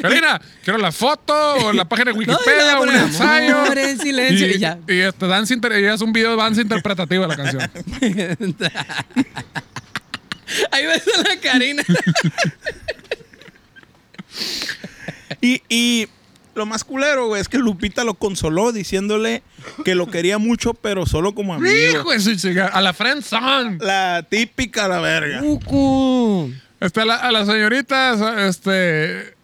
[SPEAKER 2] Karina, quiero la foto o la página de
[SPEAKER 4] [LAUGHS] No, y le voy
[SPEAKER 2] Wikipedia,
[SPEAKER 4] a
[SPEAKER 2] un
[SPEAKER 4] poner
[SPEAKER 2] ensayo.
[SPEAKER 4] Amor en silencio. Y, ya.
[SPEAKER 2] y este, danza inter- y es un video de danza interpretativa la
[SPEAKER 4] [LAUGHS]
[SPEAKER 2] canción.
[SPEAKER 4] Ahí ves a la Karina.
[SPEAKER 3] Y, y lo más culero, güey, es que Lupita lo consoló diciéndole que lo quería mucho, pero solo como amigo.
[SPEAKER 2] Hijo de su chica, a la friend song.
[SPEAKER 3] La típica, la verga.
[SPEAKER 4] Cucu.
[SPEAKER 2] Este, a, la, a las señoritas, este.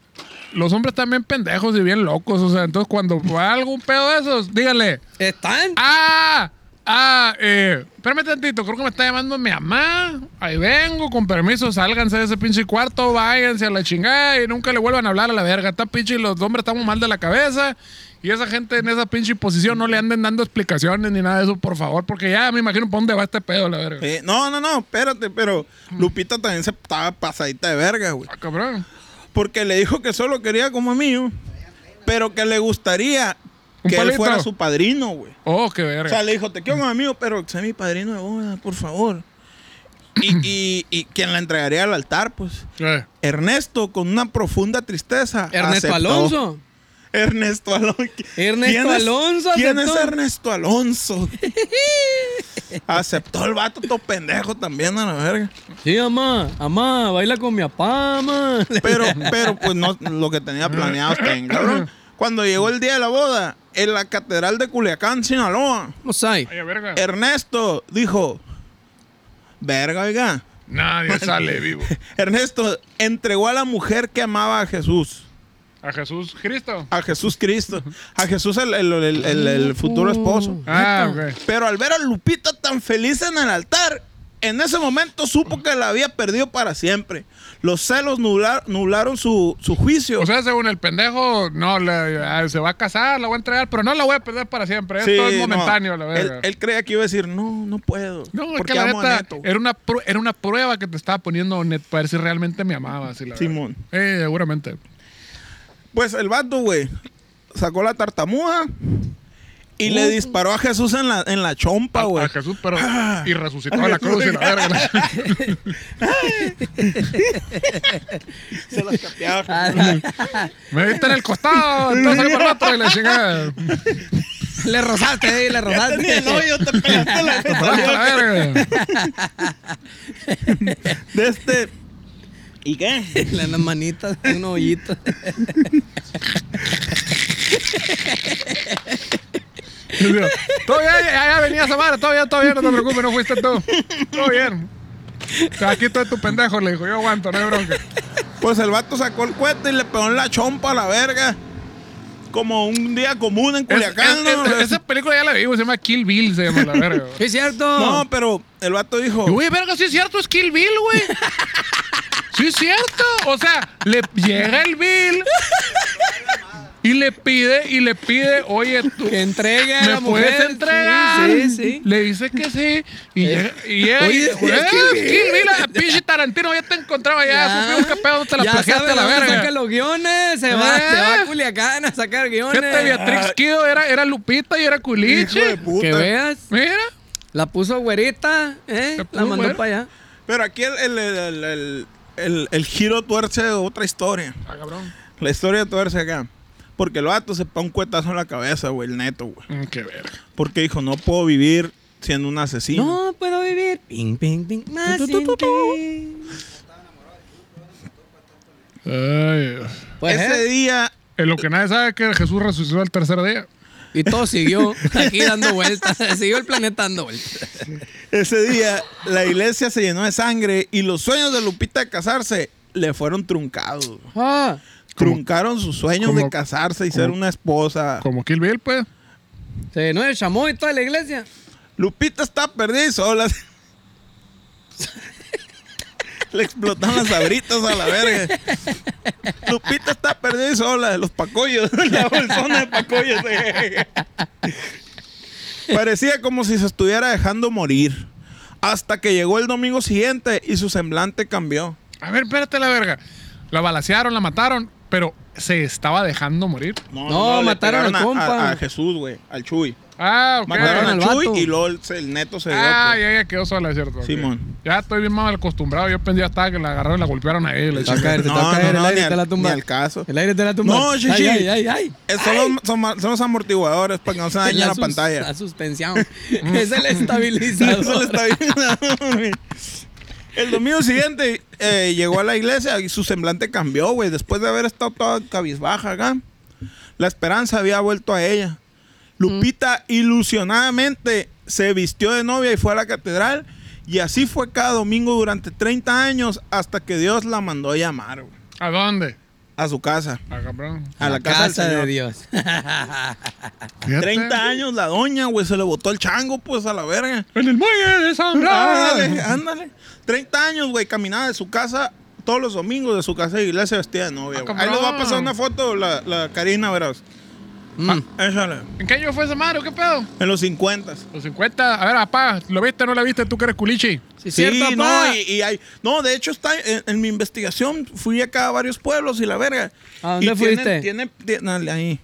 [SPEAKER 2] los hombres están bien pendejos y bien locos. O sea, entonces cuando va algún pedo de esos, díganle,
[SPEAKER 4] Están.
[SPEAKER 2] ah, ah, eh, espérame tantito, creo que me está llamando mi mamá. Ahí vengo, con permiso, sálganse de ese pinche cuarto, váyanse a la chingada y nunca le vuelvan a hablar a la verga. Está pinche, los hombres estamos mal de la cabeza. Y esa gente en esa pinche posición no le anden dando explicaciones ni nada de eso, por favor, porque ya me imagino por dónde va este pedo, la verga.
[SPEAKER 3] Eh, no, no, no, espérate, pero Lupita también se estaba pasadita de verga, güey.
[SPEAKER 2] Ah, cabrón.
[SPEAKER 3] Porque le dijo que solo quería como mío, pero que le gustaría
[SPEAKER 2] Un
[SPEAKER 3] que él
[SPEAKER 2] palito.
[SPEAKER 3] fuera su padrino, güey.
[SPEAKER 2] Oh, qué verga.
[SPEAKER 3] O sea, le dijo, te quiero como amigo, pero que sea mi padrino de boda, por favor. Y, y, y quien la entregaría al altar, pues.
[SPEAKER 2] Eh.
[SPEAKER 3] Ernesto, con una profunda tristeza.
[SPEAKER 4] Ernesto
[SPEAKER 3] aceptó.
[SPEAKER 4] Alonso.
[SPEAKER 3] Ernesto Alonso.
[SPEAKER 4] Ernesto
[SPEAKER 3] ¿Quién es-
[SPEAKER 4] Alonso
[SPEAKER 3] ¿Quién
[SPEAKER 4] aceptó?
[SPEAKER 3] es Ernesto
[SPEAKER 4] [LAUGHS]
[SPEAKER 3] Alonso? aceptó el vato todo pendejo también a la verga.
[SPEAKER 4] Sí, mamá. Mamá, baila con mi papá, mamá.
[SPEAKER 3] Pero, pero pues no lo que tenía planeado está bien, cabrón. Cuando llegó el día de la boda, en la catedral de Culiacán, Sinaloa,
[SPEAKER 4] [LAUGHS] Vamos ahí.
[SPEAKER 2] Ay, a verga.
[SPEAKER 3] Eh. Ernesto dijo, verga, oiga.
[SPEAKER 2] Nadie sale vivo.
[SPEAKER 3] Ernesto entregó a la mujer que amaba a Jesús,
[SPEAKER 2] A Jesús Cristo.
[SPEAKER 3] a Jesús Cristo, a Jesús el, el- el- el- el futuro esposo.
[SPEAKER 2] Ah, ok.
[SPEAKER 3] Pero al ver a Lupita tan feliz en el altar, en ese momento supo que la había perdido para siempre. Los celos nublar- nublaron su, su
[SPEAKER 2] [LAUGHS]
[SPEAKER 3] juicio.
[SPEAKER 2] O sea, según el pendejo, no, le- ah, se va a casar, la voy a entregar, pero no la voy a perder para siempre.
[SPEAKER 3] Sí,
[SPEAKER 2] Esto es
[SPEAKER 3] no.
[SPEAKER 2] momentáneo, la
[SPEAKER 3] Él-
[SPEAKER 2] verga.
[SPEAKER 3] Él, creía que iba a decir, no, no puedo.
[SPEAKER 2] no, es
[SPEAKER 3] porque
[SPEAKER 2] que la
[SPEAKER 3] amo a
[SPEAKER 2] neta,
[SPEAKER 3] Neto".
[SPEAKER 2] era una, pru- era una prueba que te estaba poniendo Net para ver si realmente me amaba. Sí,
[SPEAKER 3] Simón.
[SPEAKER 2] Eh, seguramente.
[SPEAKER 3] Pues el vato, güey, sacó la tartamuda y le disparó a Jesús en la, en la chompa,
[SPEAKER 2] A-
[SPEAKER 3] güey.
[SPEAKER 2] a Jesús, pero.
[SPEAKER 3] Ah.
[SPEAKER 2] y resucitó a la cruz
[SPEAKER 3] [LAUGHS]
[SPEAKER 2] y la verga.
[SPEAKER 3] Se las capeaba. [LAUGHS]
[SPEAKER 2] Me diste en el costado, entonces ahí para el otro y la chingada. Te
[SPEAKER 4] Le rozaste, eh, le
[SPEAKER 3] Ya tenía el
[SPEAKER 4] rozaste.
[SPEAKER 3] hoyo, te pegaste la
[SPEAKER 2] paraste a la
[SPEAKER 3] jeta.
[SPEAKER 2] verga.
[SPEAKER 3] De este... ¿Y qué?
[SPEAKER 4] [LAUGHS] Las manitas, un hoyito.
[SPEAKER 2] Todo bien, ya, ya venía esa madre, todo bien, todo bien, no te preocupes, no fuiste tú. Todo bien. O sea, aquí estoy tu pendejo, le dijo, yo aguanto, no hay bronca.
[SPEAKER 3] Pues el vato sacó el cohete y le pegó en la chompa a la verga. Como un día común en
[SPEAKER 2] Es-
[SPEAKER 3] Culiacán,
[SPEAKER 2] es-
[SPEAKER 3] ¿no?
[SPEAKER 2] es- esa película ya la vi, güey, se llama Kill Bill, se llama la verga. güey.
[SPEAKER 4] [LAUGHS] Sí, es cierto.
[SPEAKER 3] No, pero el vato dijo...
[SPEAKER 2] Y, Güey, verga, sí es cierto, es Kill Bill,
[SPEAKER 4] [LAUGHS]
[SPEAKER 2] güey. Sí es cierto. O sea, le llega el Bill y le pide, y le pide, oye, tú.
[SPEAKER 4] Que entregue a
[SPEAKER 2] ¿Me
[SPEAKER 4] la mujer.
[SPEAKER 2] puedes entregar?
[SPEAKER 4] Sí, sí.
[SPEAKER 2] Le dice que sí. Y llega. Y llega
[SPEAKER 4] Oye,
[SPEAKER 2] y-
[SPEAKER 4] es
[SPEAKER 2] güey,
[SPEAKER 4] Kill Bill.
[SPEAKER 2] Kill Bill, a pinche Tarantino, ya te encontraba ya. supimos que pedo, te la
[SPEAKER 4] ya
[SPEAKER 2] plagiaste
[SPEAKER 4] sabe
[SPEAKER 2] a la
[SPEAKER 4] dónde
[SPEAKER 2] verga.
[SPEAKER 4] Saca los guiones, se va,
[SPEAKER 2] Eh.
[SPEAKER 4] se va a Culiacán a sacar guiones.
[SPEAKER 2] Fíjate,
[SPEAKER 4] Ah.
[SPEAKER 2] Beatrix Kido era, era Lupita y era
[SPEAKER 3] Hijo de
[SPEAKER 2] Culiche.
[SPEAKER 3] puta.
[SPEAKER 4] Que veas.
[SPEAKER 2] Mira.
[SPEAKER 4] La puso güerita, ¿eh?
[SPEAKER 2] La
[SPEAKER 4] La,
[SPEAKER 2] puso
[SPEAKER 4] mandó
[SPEAKER 2] güera.
[SPEAKER 4] para allá.
[SPEAKER 3] Pero aquí el, el, el, el, el- el- el giro tuerce otra historia.
[SPEAKER 2] Ah, cabrón.
[SPEAKER 3] La historia tuerce acá. Porque el vato se pone un cuetazo en la cabeza, güey, el neto, güey.
[SPEAKER 2] Mm, Qué verga.
[SPEAKER 3] Porque dijo, no puedo vivir siendo un asesino.
[SPEAKER 4] No puedo vivir. Ping, ping, ping. Más
[SPEAKER 3] Tu, tu, tu, tu.
[SPEAKER 4] sin ti.
[SPEAKER 2] Ay, Dios.
[SPEAKER 4] Pues,
[SPEAKER 3] Ese
[SPEAKER 4] ¿eh?
[SPEAKER 3] día,
[SPEAKER 2] En lo que nadie sabe es que Jesús resucitó el tercer día.
[SPEAKER 4] Y todo siguió aquí dando vueltas. [LAUGHS] siguió el planeta dando vueltas.
[SPEAKER 3] ese día, la iglesia se llenó de sangre y los sueños de Lupita de casarse le fueron truncados. güey.
[SPEAKER 4] Ah,
[SPEAKER 2] Como-
[SPEAKER 3] Truncaron sus sueños
[SPEAKER 2] como-
[SPEAKER 3] de casarse y ser una esposa.
[SPEAKER 2] Como Kill Bill, pues.
[SPEAKER 4] se no el chamoy toda la iglesia.
[SPEAKER 3] Lupita está perdida y sola. [LAUGHS] Le explotan las abritas a la verga. Lupita está perdida y sola. Los pacollos. [LAUGHS] La bolsona de pacollos. Parecía como si se estuviera dejando morir. Hasta que llegó el domingo siguiente y su semblante cambió.
[SPEAKER 2] A ver, espérate la verga. La balacearon, la mataron, pero se estaba dejando morir.
[SPEAKER 3] No,
[SPEAKER 4] no, mataron
[SPEAKER 3] le pegaron
[SPEAKER 4] al compa.
[SPEAKER 3] A, Jesús, güey. Al Chuy.
[SPEAKER 2] Ah, ok.
[SPEAKER 3] Mataron
[SPEAKER 4] Mataron
[SPEAKER 3] al
[SPEAKER 4] al
[SPEAKER 3] Chuy
[SPEAKER 4] vato.
[SPEAKER 3] y luego el, el neto se dio.
[SPEAKER 2] Ah,
[SPEAKER 3] pues.
[SPEAKER 2] ya, ya quedó sola, es ¿cierto? ok.
[SPEAKER 3] Simón.
[SPEAKER 2] Ya estoy bien mal acostumbrado. Yo pensé hasta que la agarraron y la golpearon a él.
[SPEAKER 4] va a caer, te va a
[SPEAKER 3] No,
[SPEAKER 4] caer,
[SPEAKER 3] no,
[SPEAKER 4] el
[SPEAKER 3] no,
[SPEAKER 4] aire
[SPEAKER 3] ni
[SPEAKER 4] te la
[SPEAKER 3] al, ni
[SPEAKER 4] tumba.
[SPEAKER 3] al caso.
[SPEAKER 4] El aire te la tumba.
[SPEAKER 3] No, sí,
[SPEAKER 4] ay,
[SPEAKER 3] sí.
[SPEAKER 4] ay, ay, ay.
[SPEAKER 3] Eh, Son los, son- son los amortiguadores para que no se dañe la,
[SPEAKER 4] sus-
[SPEAKER 3] pantalla.
[SPEAKER 4] La suspensión.
[SPEAKER 3] [LAUGHS]
[SPEAKER 4] [LAUGHS] es el estabilizador.
[SPEAKER 3] Eso le está bien. El domingo siguiente eh, llegó a la iglesia y su semblante cambió, güey. Después de haber estado toda cabizbaja acá, la esperanza había vuelto a ella. Lupita ilusionadamente se vistió de novia y fue a la catedral. Y así fue cada domingo durante 30 años hasta que Dios la mandó a llamar, güey.
[SPEAKER 2] ¿A dónde?
[SPEAKER 3] a su casa.
[SPEAKER 2] Ah, cabrón.
[SPEAKER 3] A la, casa, del
[SPEAKER 4] de
[SPEAKER 3] señor. Ah.
[SPEAKER 4] Dios.
[SPEAKER 2] Fíjate.
[SPEAKER 3] 30 años la doña, güey, se le botó el chango, pues, a la verga.
[SPEAKER 2] En el muelle de San
[SPEAKER 3] Ándale,
[SPEAKER 2] Blas.
[SPEAKER 3] ándale. 30 años, güey, caminaba de su casa todos los domingos de su casa de iglesia vestida de novia.
[SPEAKER 2] Ah,
[SPEAKER 3] güey. Ahí le va a pasar
[SPEAKER 2] cabrón.
[SPEAKER 3] una foto la, la Karina, verás.
[SPEAKER 4] Mm.
[SPEAKER 3] Échale.
[SPEAKER 2] ¿En qué año fue ese Mario? ¿Qué pedo?
[SPEAKER 3] En los 50. Sí,
[SPEAKER 2] Los 50. A ver, apá, ¿lo viste o no lo viste? Tú que eres
[SPEAKER 3] Eh.
[SPEAKER 2] culichi.
[SPEAKER 4] Sí, cierto,
[SPEAKER 3] no,
[SPEAKER 4] papá.
[SPEAKER 3] y, y hay, no, de hecho está en, en mi investigación fui acá a varios pueblos y la verga.
[SPEAKER 4] ¿A dónde
[SPEAKER 3] Y tienen-
[SPEAKER 4] fuiste?
[SPEAKER 3] Tienen, tienen- ahí.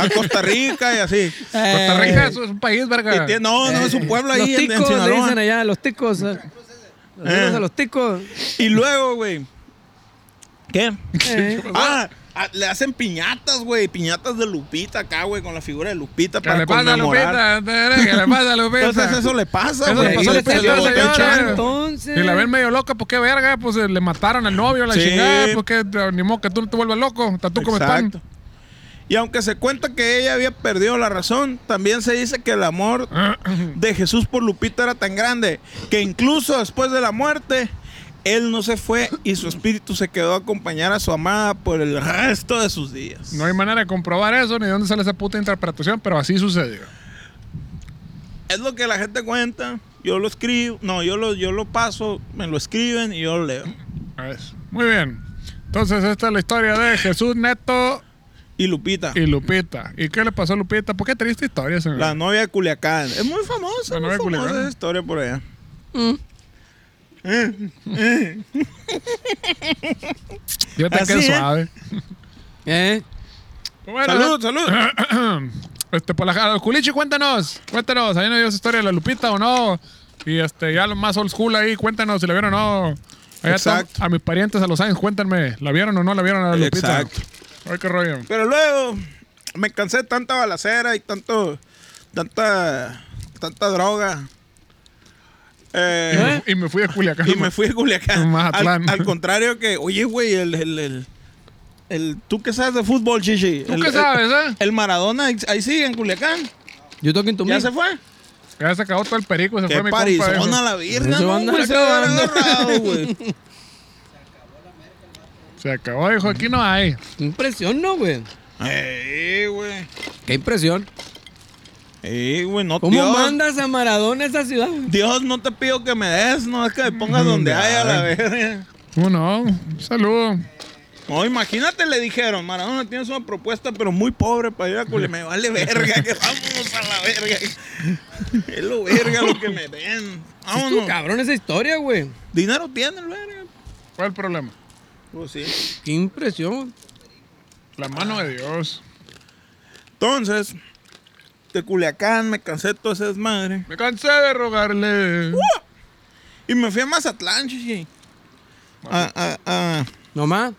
[SPEAKER 3] A Costa Rica y así.
[SPEAKER 2] Costa Rica es un país,
[SPEAKER 3] Y
[SPEAKER 2] verga.
[SPEAKER 3] tiene- no, no, es un pueblo ahí
[SPEAKER 4] Eh, Los
[SPEAKER 3] en, en
[SPEAKER 4] ticos, le
[SPEAKER 3] Sinaloa.
[SPEAKER 4] dicen allá, los ticos. eh. Los
[SPEAKER 3] Eh.
[SPEAKER 4] a los ticos.
[SPEAKER 3] Y luego, güey. ¿Qué?
[SPEAKER 4] Eh.
[SPEAKER 2] Pues
[SPEAKER 3] Ah, ah, le hacen piñatas, güey. Piñatas de Lupita acá, güey, con la figura de Lupita
[SPEAKER 2] Que
[SPEAKER 3] para
[SPEAKER 2] le pasa a
[SPEAKER 3] conmemorar.
[SPEAKER 2] Lupita. Que le pasa a Lupita.
[SPEAKER 3] [LAUGHS] Entonces eso le pasa,
[SPEAKER 2] Eso le
[SPEAKER 3] güey.
[SPEAKER 2] pasó a
[SPEAKER 3] Se
[SPEAKER 2] Lupita,
[SPEAKER 3] le botó el
[SPEAKER 2] señores.
[SPEAKER 3] chango.
[SPEAKER 4] Entonces.
[SPEAKER 2] Y la ven medio loca, pues qué verga, pues eh, le mataron al novio, la
[SPEAKER 3] Sí.
[SPEAKER 2] chingada, pues que eh, ni modo que tú no te vuelvas loco, está tú como pan.
[SPEAKER 3] Exacto. Y aunque se cuenta que ella había perdido la razón, también se dice que el amor
[SPEAKER 2] Ah.
[SPEAKER 3] de Jesús por Lupita era tan grande que incluso después de la muerte, él no se fue y su espíritu se quedó a acompañar a su amada por el resto de sus
[SPEAKER 2] [CLEARS THROAT]
[SPEAKER 3] días.
[SPEAKER 2] No hay manera de comprobar eso, ni de dónde sale esa puta interpretación, pero así sucedió.
[SPEAKER 3] Es lo que la gente cuenta. Yo lo escribo. No, yo lo, yo lo paso. Me lo escriben y yo lo leo.
[SPEAKER 2] ¿Ves? Muy bien. Entonces, esta es la historia de Jesús Neto
[SPEAKER 3] Y Lupita.
[SPEAKER 2] y Lupita. ¿Y qué le pasó a Lupita? ¿Por qué triste historia, señor?
[SPEAKER 3] La novia de Culiacán. Es muy famosa.
[SPEAKER 2] La
[SPEAKER 3] muy
[SPEAKER 2] novia de
[SPEAKER 3] famosa
[SPEAKER 2] Culiacán.
[SPEAKER 3] esa historia por allá.
[SPEAKER 2] Fíjate
[SPEAKER 3] Así
[SPEAKER 2] que
[SPEAKER 3] es.
[SPEAKER 2] suave.
[SPEAKER 4] Eh.
[SPEAKER 2] Bueno,
[SPEAKER 3] salud, salud.
[SPEAKER 2] [CLEARS THROAT] Este, por la Culichi, cuéntanos. Cuéntanos, ¿ahí no dio esa historia de la Lupita o no? Y este, ya lo más old school ahí, cuéntanos si la vieron o no. Allá está-
[SPEAKER 3] Exacto.
[SPEAKER 2] a mis parientes, a los Sainz, cuéntenme, ¿la vieron o no la vieron a la Lupita?
[SPEAKER 3] Exacto.
[SPEAKER 2] Ay, qué rollo.
[SPEAKER 3] Pero luego me cansé de tanta balacera y tanto. Tanta. Tanta droga.
[SPEAKER 2] [LAUGHS]
[SPEAKER 3] Eh,
[SPEAKER 2] Y me fui a Culiacán.
[SPEAKER 3] Y me fui a Culiacán.
[SPEAKER 2] Mazatlán.
[SPEAKER 3] Al, al contrario que. Oye, güey, el, el, el, el- Tú que sabes de fútbol, Gigi.
[SPEAKER 2] ¿Tú
[SPEAKER 3] El-
[SPEAKER 2] qué
[SPEAKER 3] el-
[SPEAKER 2] sabes, eh?
[SPEAKER 3] El Maradona ahí, ahí sigue en Culiacán.
[SPEAKER 4] Yo toco en tu
[SPEAKER 3] ¿Ya
[SPEAKER 4] mesa.
[SPEAKER 3] se fue?
[SPEAKER 2] Ya se acabó todo el perico, se
[SPEAKER 3] Qué
[SPEAKER 2] fue mi compa.
[SPEAKER 3] parizona
[SPEAKER 2] dijo.
[SPEAKER 3] la virgen.
[SPEAKER 4] Se
[SPEAKER 3] No,
[SPEAKER 4] van
[SPEAKER 3] hombre,
[SPEAKER 4] a
[SPEAKER 3] se van
[SPEAKER 4] acabar.
[SPEAKER 3] agarrado, güey.
[SPEAKER 2] Se acabó, dijo, aquí no hay.
[SPEAKER 4] Qué impresión, ¿no, güey?
[SPEAKER 3] Ey, güey.
[SPEAKER 4] Qué impresión.
[SPEAKER 3] Ey, güey, no
[SPEAKER 4] ¿Cómo
[SPEAKER 3] Oh, Dios,
[SPEAKER 4] mandas a Maradona a esa ciudad, güey?
[SPEAKER 3] Dios, no te pido que me des, no es que me pongas donde haya la verga.
[SPEAKER 2] ¿Cómo no? Un saludo.
[SPEAKER 3] No, imagínate, le dijeron, Maradona, tienes una propuesta, pero muy pobre para ir a Culiacán. Me vale verga, que vámonos a la verga. Es lo verga lo que me den.
[SPEAKER 4] Es tu
[SPEAKER 3] Vámonos.
[SPEAKER 4] cabrón esa historia, güey.
[SPEAKER 3] Dinero tiene el verga.
[SPEAKER 2] ¿Cuál es el problema?
[SPEAKER 3] Pues sí.
[SPEAKER 4] Qué impresión.
[SPEAKER 2] La mano de Dios.
[SPEAKER 3] Entonces, de Culiacán me cansé de todo ese desmadre.
[SPEAKER 2] Me cansé de rogarle.
[SPEAKER 3] Uh. Y me fui a Mazatlán, chichi. A, a, a,
[SPEAKER 4] Nomás.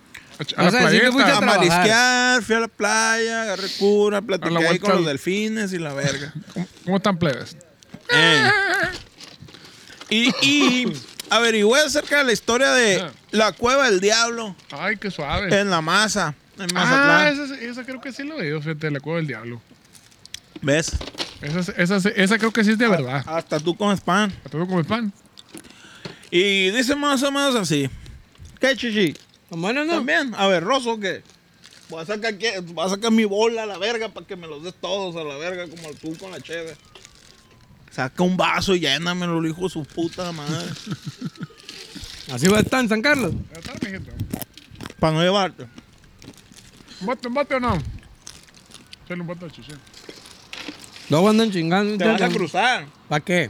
[SPEAKER 2] A la
[SPEAKER 4] Vas a decir
[SPEAKER 2] playeta.
[SPEAKER 4] que fuiste
[SPEAKER 3] a
[SPEAKER 4] a trabajar.
[SPEAKER 3] marisquear, fui a la playa, agarré cura, platiqué
[SPEAKER 2] A la
[SPEAKER 3] ahí con los
[SPEAKER 2] guancha-
[SPEAKER 3] delfines y
[SPEAKER 2] [LAUGHS]
[SPEAKER 3] la verga.
[SPEAKER 2] ¿Cómo- ¿Cómo están plebes?
[SPEAKER 3] Y, y averigüé acerca de la historia de la cueva del diablo
[SPEAKER 2] Ay, qué suave.
[SPEAKER 3] en la masa, en Mazatlán.
[SPEAKER 2] Ah, esa, esa creo que sí lo veo, fíjate, la cueva del diablo.
[SPEAKER 3] ¿Ves?
[SPEAKER 2] Esa, es- esa, es- esa creo que sí es de verdad.
[SPEAKER 3] Hasta tú comes pan.
[SPEAKER 2] La tengo como el pan.
[SPEAKER 3] Y dice más o menos así. ¿Qué, chichi?
[SPEAKER 4] Nomás no, no.
[SPEAKER 3] También, a ver, Rosso, ¿qué? Voy a, sacar que, voy a sacar mi bola a la verga para que me los des todos a la verga, como tú con la cheve. Saca un vaso y llénamelo, hijo de su puta [LAUGHS] madre.
[SPEAKER 4] Así va a estar en San Carlos.
[SPEAKER 2] Ya está, mijito.
[SPEAKER 3] para no llevarte.
[SPEAKER 2] ¿Bote, un bote o no? Echale un bote al chichén.
[SPEAKER 4] Luego andan chingando.
[SPEAKER 3] Te vas a
[SPEAKER 4] intentan.
[SPEAKER 3] cruzar.
[SPEAKER 4] ¿Para qué?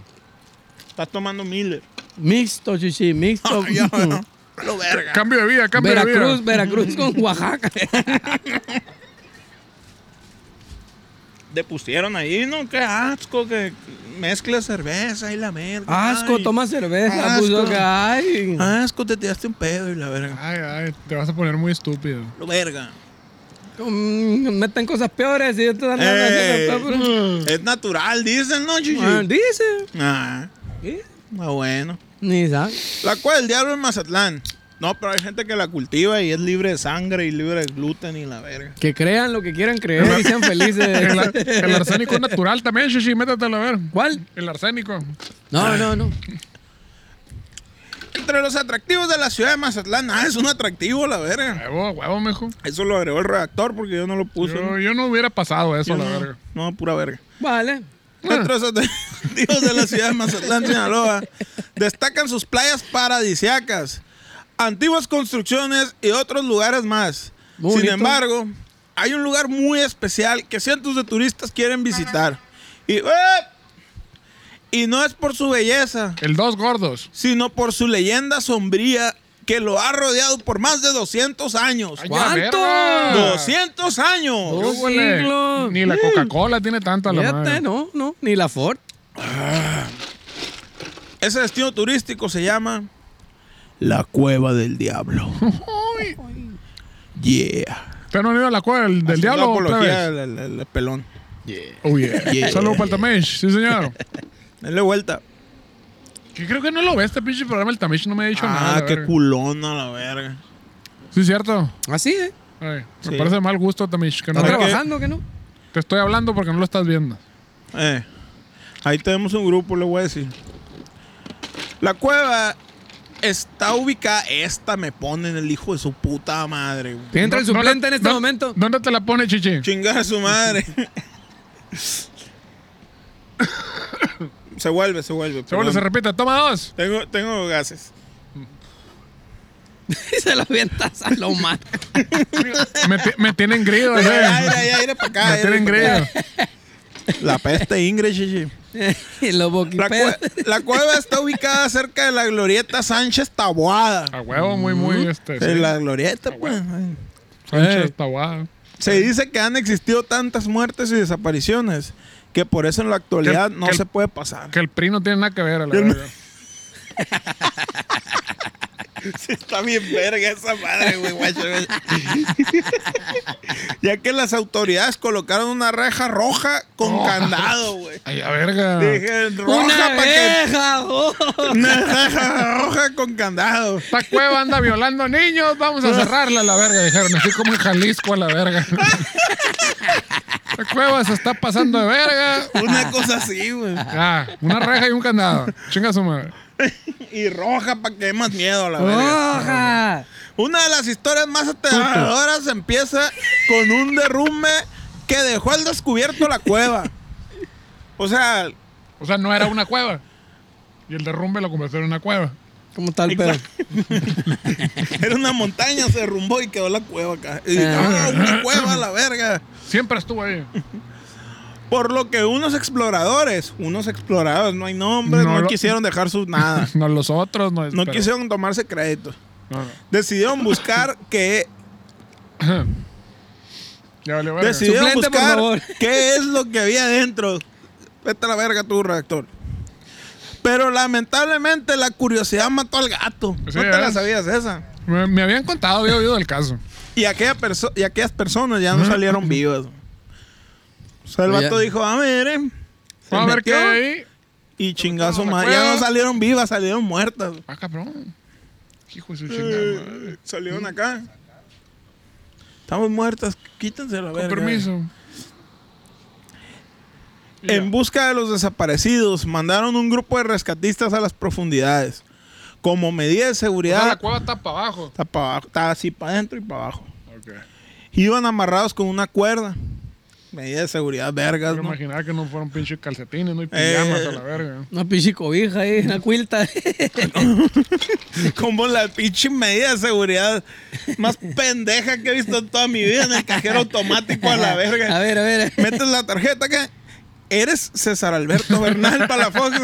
[SPEAKER 3] Estás tomando [LAUGHS] Miller.
[SPEAKER 4] Mixto, chichi,
[SPEAKER 2] [LAUGHS]
[SPEAKER 3] Ah,
[SPEAKER 4] mixto.
[SPEAKER 3] [LAUGHS] Lo verga.
[SPEAKER 2] Cambio de vida, cambio de
[SPEAKER 4] [LAUGHS] Veracruz,
[SPEAKER 2] vida. [LAUGHS]
[SPEAKER 4] Veracruz con Oaxaca.
[SPEAKER 3] Te pusieron ahí, ¿no? Qué asco que mezclas cerveza y la verga.
[SPEAKER 4] Asco,
[SPEAKER 3] Ay,
[SPEAKER 4] toma cerveza.
[SPEAKER 3] Asco.
[SPEAKER 4] puso que- Ay.
[SPEAKER 2] Ah.
[SPEAKER 3] Asco, te tiraste un pedo y la verga.
[SPEAKER 2] Ay, ay, te vas a poner muy estúpido.
[SPEAKER 3] Lo verga.
[SPEAKER 4] Mm, meten cosas peores y esto dan ganas de hacer cosas peores.
[SPEAKER 2] Mm.
[SPEAKER 3] Eh, Es natural, dicen, ¿no, Chichi?
[SPEAKER 4] pues, Ah, Dice.
[SPEAKER 3] Ah,
[SPEAKER 4] ¿Qué?
[SPEAKER 3] está bueno.
[SPEAKER 4] Ni sabe.
[SPEAKER 3] La cual del diablo en Mazatlán. No, pero hay gente que la cultiva y es libre de sangre y libre de gluten y la verga.
[SPEAKER 4] Que crean lo que quieran creer y
[SPEAKER 2] [LAUGHS]
[SPEAKER 4] sean
[SPEAKER 2] El, ar-
[SPEAKER 4] felices.
[SPEAKER 2] el arsénico es natural también, chichi, métatelo a ver.
[SPEAKER 4] ¿Cuál?
[SPEAKER 2] El arsénico.
[SPEAKER 4] No, no, no.
[SPEAKER 3] Entre los atractivos de la ciudad de Mazatlán, ah, es un atractivo, la verga.
[SPEAKER 2] Huevo, huevo, mijo.
[SPEAKER 3] Eso lo agregó el redactor porque yo no lo puse.
[SPEAKER 2] Yo, yo no hubiera pasado eso,
[SPEAKER 3] Yo
[SPEAKER 2] la
[SPEAKER 3] no-
[SPEAKER 2] verga.
[SPEAKER 3] no, pura verga.
[SPEAKER 4] Vale.
[SPEAKER 3] Entre los
[SPEAKER 4] [LAUGHS]
[SPEAKER 3] atractivos de la ciudad de Mazatlán, Sinaloa, destacan sus playas paradisiacas, antiguas construcciones y otros lugares más.
[SPEAKER 4] Muy
[SPEAKER 3] Sin
[SPEAKER 4] bonito.
[SPEAKER 3] embargo, hay un lugar muy especial que cientos de turistas quieren visitar. Y, ¡eh! y no es por su belleza,
[SPEAKER 2] El dos gordos.
[SPEAKER 3] sino por su leyenda sombría que lo ha rodeado por más de 200 años.
[SPEAKER 2] Ay,
[SPEAKER 4] ¿Cuánto?
[SPEAKER 2] ya, verga.
[SPEAKER 3] 200 años.
[SPEAKER 2] ¿Qué
[SPEAKER 4] Dos
[SPEAKER 2] huele?
[SPEAKER 4] siglos.
[SPEAKER 2] Ni la Coca-Cola tiene tanta la
[SPEAKER 4] Fíjate,
[SPEAKER 2] madre.
[SPEAKER 4] no, no, ni la Ford.
[SPEAKER 3] Ese destino turístico se llama La Cueva del Diablo.
[SPEAKER 2] Uy.
[SPEAKER 3] Yeah.
[SPEAKER 2] ¿Usted no han ido a la cueva del, del
[SPEAKER 3] Haciendo
[SPEAKER 2] diablo?
[SPEAKER 3] apología
[SPEAKER 2] plebes?
[SPEAKER 3] al- al- al pelón.
[SPEAKER 2] Oh, yeah.
[SPEAKER 3] [LAUGHS] Yeah.
[SPEAKER 2] Saludos para el Tamish, sí señor.
[SPEAKER 3] Denle vuelta.
[SPEAKER 2] Que creo que no lo ve este pinche programa, el Tamish no me ha dicho nada.
[SPEAKER 3] Ah,
[SPEAKER 2] la
[SPEAKER 3] qué
[SPEAKER 2] verga.
[SPEAKER 3] culona la verga.
[SPEAKER 2] Sí, cierto.
[SPEAKER 4] Así, ¿eh?
[SPEAKER 2] Ay,
[SPEAKER 3] Sí.
[SPEAKER 2] Me parece de mal gusto, Tamish, que no
[SPEAKER 4] Está
[SPEAKER 3] Ahora
[SPEAKER 2] lo-
[SPEAKER 3] que-
[SPEAKER 4] trabajando, que no? [LAUGHS]
[SPEAKER 2] Te estoy hablando porque no lo estás viendo.
[SPEAKER 3] Eh, ahí tenemos un grupo, le voy a decir. La cueva está ubicada. Esta me ponen el hijo de su puta madre. güey.
[SPEAKER 4] Entra el
[SPEAKER 2] No- no-
[SPEAKER 4] suplente en este
[SPEAKER 2] no-
[SPEAKER 4] momento.
[SPEAKER 2] ¿Dónde te la pone, Chichi?
[SPEAKER 3] Chingar a
[SPEAKER 2] [LAUGHS]
[SPEAKER 3] su madre. se vuelve, se vuelve.
[SPEAKER 2] Se vuelve, se
[SPEAKER 3] perdón.
[SPEAKER 2] repite. Toma dos.
[SPEAKER 3] Tengo, tengo gases.
[SPEAKER 4] Y se lo avientas a
[SPEAKER 2] [LAUGHS]
[SPEAKER 4] lo mal.
[SPEAKER 2] Me, ti- me tienen
[SPEAKER 3] [LAUGHS]
[SPEAKER 2] grido, eh.
[SPEAKER 3] Aire, aire, aire para acá.
[SPEAKER 2] Me
[SPEAKER 3] aire
[SPEAKER 2] tienen
[SPEAKER 3] pa' acá.
[SPEAKER 2] grido.
[SPEAKER 3] La peste Ingrid, chichi.
[SPEAKER 4] [LAUGHS] y lo
[SPEAKER 3] La,
[SPEAKER 4] boquipedas.
[SPEAKER 3] cue- la cueva está ubicada cerca de la glorieta Sánchez Taboada.
[SPEAKER 2] A huevo, muy, muy, este.
[SPEAKER 3] Eh,
[SPEAKER 2] sí.
[SPEAKER 3] La eh. glorieta, pues. ay.
[SPEAKER 2] Sánchez Taboada.
[SPEAKER 3] Se dice que han existido tantas muertes y desapariciones que por eso en la actualidad
[SPEAKER 2] Que-
[SPEAKER 3] no
[SPEAKER 2] que el-
[SPEAKER 3] se puede pasar.
[SPEAKER 2] Que el PRI no tiene nada que ver a la
[SPEAKER 3] Yo no-
[SPEAKER 2] verga.
[SPEAKER 3] Está bien verga esa madre, güey, guacho, güey. [LAUGHS] ya que las autoridades colocaron una reja roja con candado, güey.
[SPEAKER 2] Ay, a verga.
[SPEAKER 3] Dije, roja
[SPEAKER 4] [LAUGHS] ¡Una
[SPEAKER 3] para que... [LAUGHS]
[SPEAKER 4] abeja! ¡Oh!
[SPEAKER 3] Una reja roja con candado.
[SPEAKER 2] Esta cueva anda violando niños, vamos a cerrarla a la verga, dijeron. Así como en Jalisco a la verga. Esta cueva se está pasando de verga.
[SPEAKER 3] Una cosa así, güey.
[SPEAKER 2] Ah, una reja y un candado. Chinga su madre.
[SPEAKER 3] Y roja para que dé más miedo a la verga.
[SPEAKER 4] ¡Roja!
[SPEAKER 3] Una de las historias más aterradoras empieza con un derrumbe que dejó al descubierto la cueva. O sea,
[SPEAKER 2] O sea, no era una cueva. Y el derrumbe lo convirtió en una cueva.
[SPEAKER 4] ¿Cómo está el pedo?
[SPEAKER 3] era una montaña, se derrumbó y quedó la cueva acá. Y, ¡ah, una cueva a la verga.
[SPEAKER 2] Siempre estuvo ahí.
[SPEAKER 3] Por lo que unos exploradores, unos exploradores, no hay nombres,
[SPEAKER 2] No
[SPEAKER 3] no,
[SPEAKER 2] lo-
[SPEAKER 3] quisieron dejar sus nada. [LAUGHS]
[SPEAKER 2] No los otros, no.
[SPEAKER 3] No
[SPEAKER 2] pero-
[SPEAKER 3] quisieron tomarse crédito.
[SPEAKER 2] No, no.
[SPEAKER 3] Decidieron buscar que
[SPEAKER 2] Ya valió verga.
[SPEAKER 3] Decidieron
[SPEAKER 4] Suplente, por
[SPEAKER 3] buscar
[SPEAKER 4] favor.
[SPEAKER 3] qué es lo que había adentro. Vete a la verga tú, redactor. Pero lamentablemente la curiosidad mató al gato.
[SPEAKER 2] Sí, ¿eh?
[SPEAKER 3] no te
[SPEAKER 2] ¿verdad?
[SPEAKER 3] la sabías esa.
[SPEAKER 2] Me, me habían contado, había oído del caso.
[SPEAKER 3] Y, aquella perso- y aquellas personas ya no salieron vivas. O sea, el
[SPEAKER 4] Oye.
[SPEAKER 3] vato dijo, a ver, eh. Se
[SPEAKER 2] Vamos a ver qué
[SPEAKER 3] metió
[SPEAKER 2] hay ahí.
[SPEAKER 3] Y chingazo
[SPEAKER 2] No,
[SPEAKER 3] más.
[SPEAKER 2] me
[SPEAKER 3] Ya
[SPEAKER 2] acuerdo.
[SPEAKER 3] no salieron vivas, salieron muertas.
[SPEAKER 2] Ah, cabrón. Hijo de su
[SPEAKER 3] Eh,
[SPEAKER 2] chingada madre.
[SPEAKER 3] Salieron acá. Estamos muertas, quítense la
[SPEAKER 2] Con
[SPEAKER 3] verga.
[SPEAKER 2] permiso. Y ya.
[SPEAKER 3] En busca de los desaparecidos, mandaron un grupo de rescatistas a las profundidades. Como medida de
[SPEAKER 2] O sea,
[SPEAKER 3] seguridad,
[SPEAKER 2] la cueva está para abajo.
[SPEAKER 3] está, pa' abajo, está así para adentro y para abajo.
[SPEAKER 2] Okay.
[SPEAKER 3] Iban amarrados con una cuerda. Medida de seguridad, vergas,
[SPEAKER 2] Yo
[SPEAKER 3] ¿no?
[SPEAKER 2] imaginaba que no fueron pinches calcetines, no hay
[SPEAKER 3] Eh.
[SPEAKER 2] pijamas a la verga. [LAUGHS]
[SPEAKER 4] Una pinche cobija ahí, una cuilta.
[SPEAKER 3] [LAUGHS] Como la pinche medida de seguridad más pendeja que he visto en toda mi vida en el cajero automático a
[SPEAKER 4] [LAUGHS]
[SPEAKER 3] la verga.
[SPEAKER 4] A ver, a ver.
[SPEAKER 3] Metes la tarjeta acá. ¿Eres César Alberto Bernal Palafox?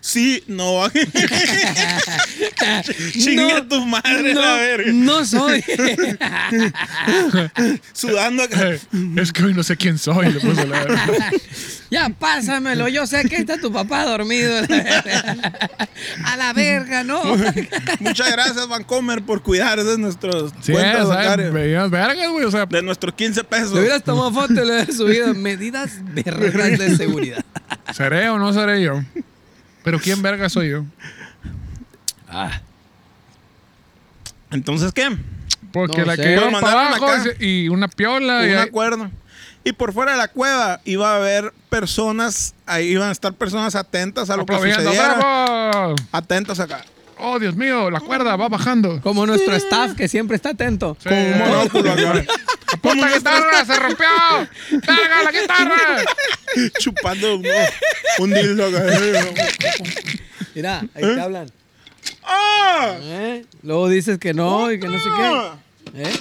[SPEAKER 3] sí, no. Chinga
[SPEAKER 4] No,
[SPEAKER 3] tu madre la verga.
[SPEAKER 4] No soy. [LAUGHS]
[SPEAKER 3] Sudando acá.
[SPEAKER 2] Eh, es que hoy no sé quién soy, le puse la
[SPEAKER 3] [LAUGHS]
[SPEAKER 2] verga.
[SPEAKER 4] ya pásamelo. Yo sé que está tu papá dormido. [LAUGHS] la verga. a la verga, ¿no?
[SPEAKER 3] Muchas gracias, Vancomer, por cuidar de nuestros
[SPEAKER 2] Sí,
[SPEAKER 3] cuentas bancarias.
[SPEAKER 2] ¿sabes? Veías vergas, güey. O sea,
[SPEAKER 3] De nuestros 15 pesos.
[SPEAKER 4] Le hubieras tomado foto y le hubieras subido medidas de reglas de seguridad.
[SPEAKER 2] ¿seré o no seré yo? Pero ¿quién verga soy yo?
[SPEAKER 3] Ah. Entonces, ¿qué?
[SPEAKER 2] Porque
[SPEAKER 4] No
[SPEAKER 2] la
[SPEAKER 4] sé.
[SPEAKER 2] que
[SPEAKER 3] Pues
[SPEAKER 2] iba para
[SPEAKER 3] mandaron
[SPEAKER 2] abajo
[SPEAKER 3] acá.
[SPEAKER 2] es- y una piola. y
[SPEAKER 3] Un
[SPEAKER 2] ahí-
[SPEAKER 3] acuerdo. Y por fuera de la cueva iba a haber personas, ahí iban a estar personas atentas a lo que
[SPEAKER 2] aplaudiendo,
[SPEAKER 3] sucediera.
[SPEAKER 2] ¡bravo!
[SPEAKER 3] Atentas acá.
[SPEAKER 2] oh Dios mío, la cuerda va bajando.
[SPEAKER 4] Como nuestro staff que siempre está atento.
[SPEAKER 2] Sí. [LAUGHS] ¡Puta guitarra! ¡Se rompió! ¡Pega la guitarra!
[SPEAKER 3] Chupando un, un dildo.
[SPEAKER 4] Mira, ahí te hablan.
[SPEAKER 3] ¡Ah!
[SPEAKER 4] ¿Eh? Luego dices que no y que no sé qué. ¿Eh?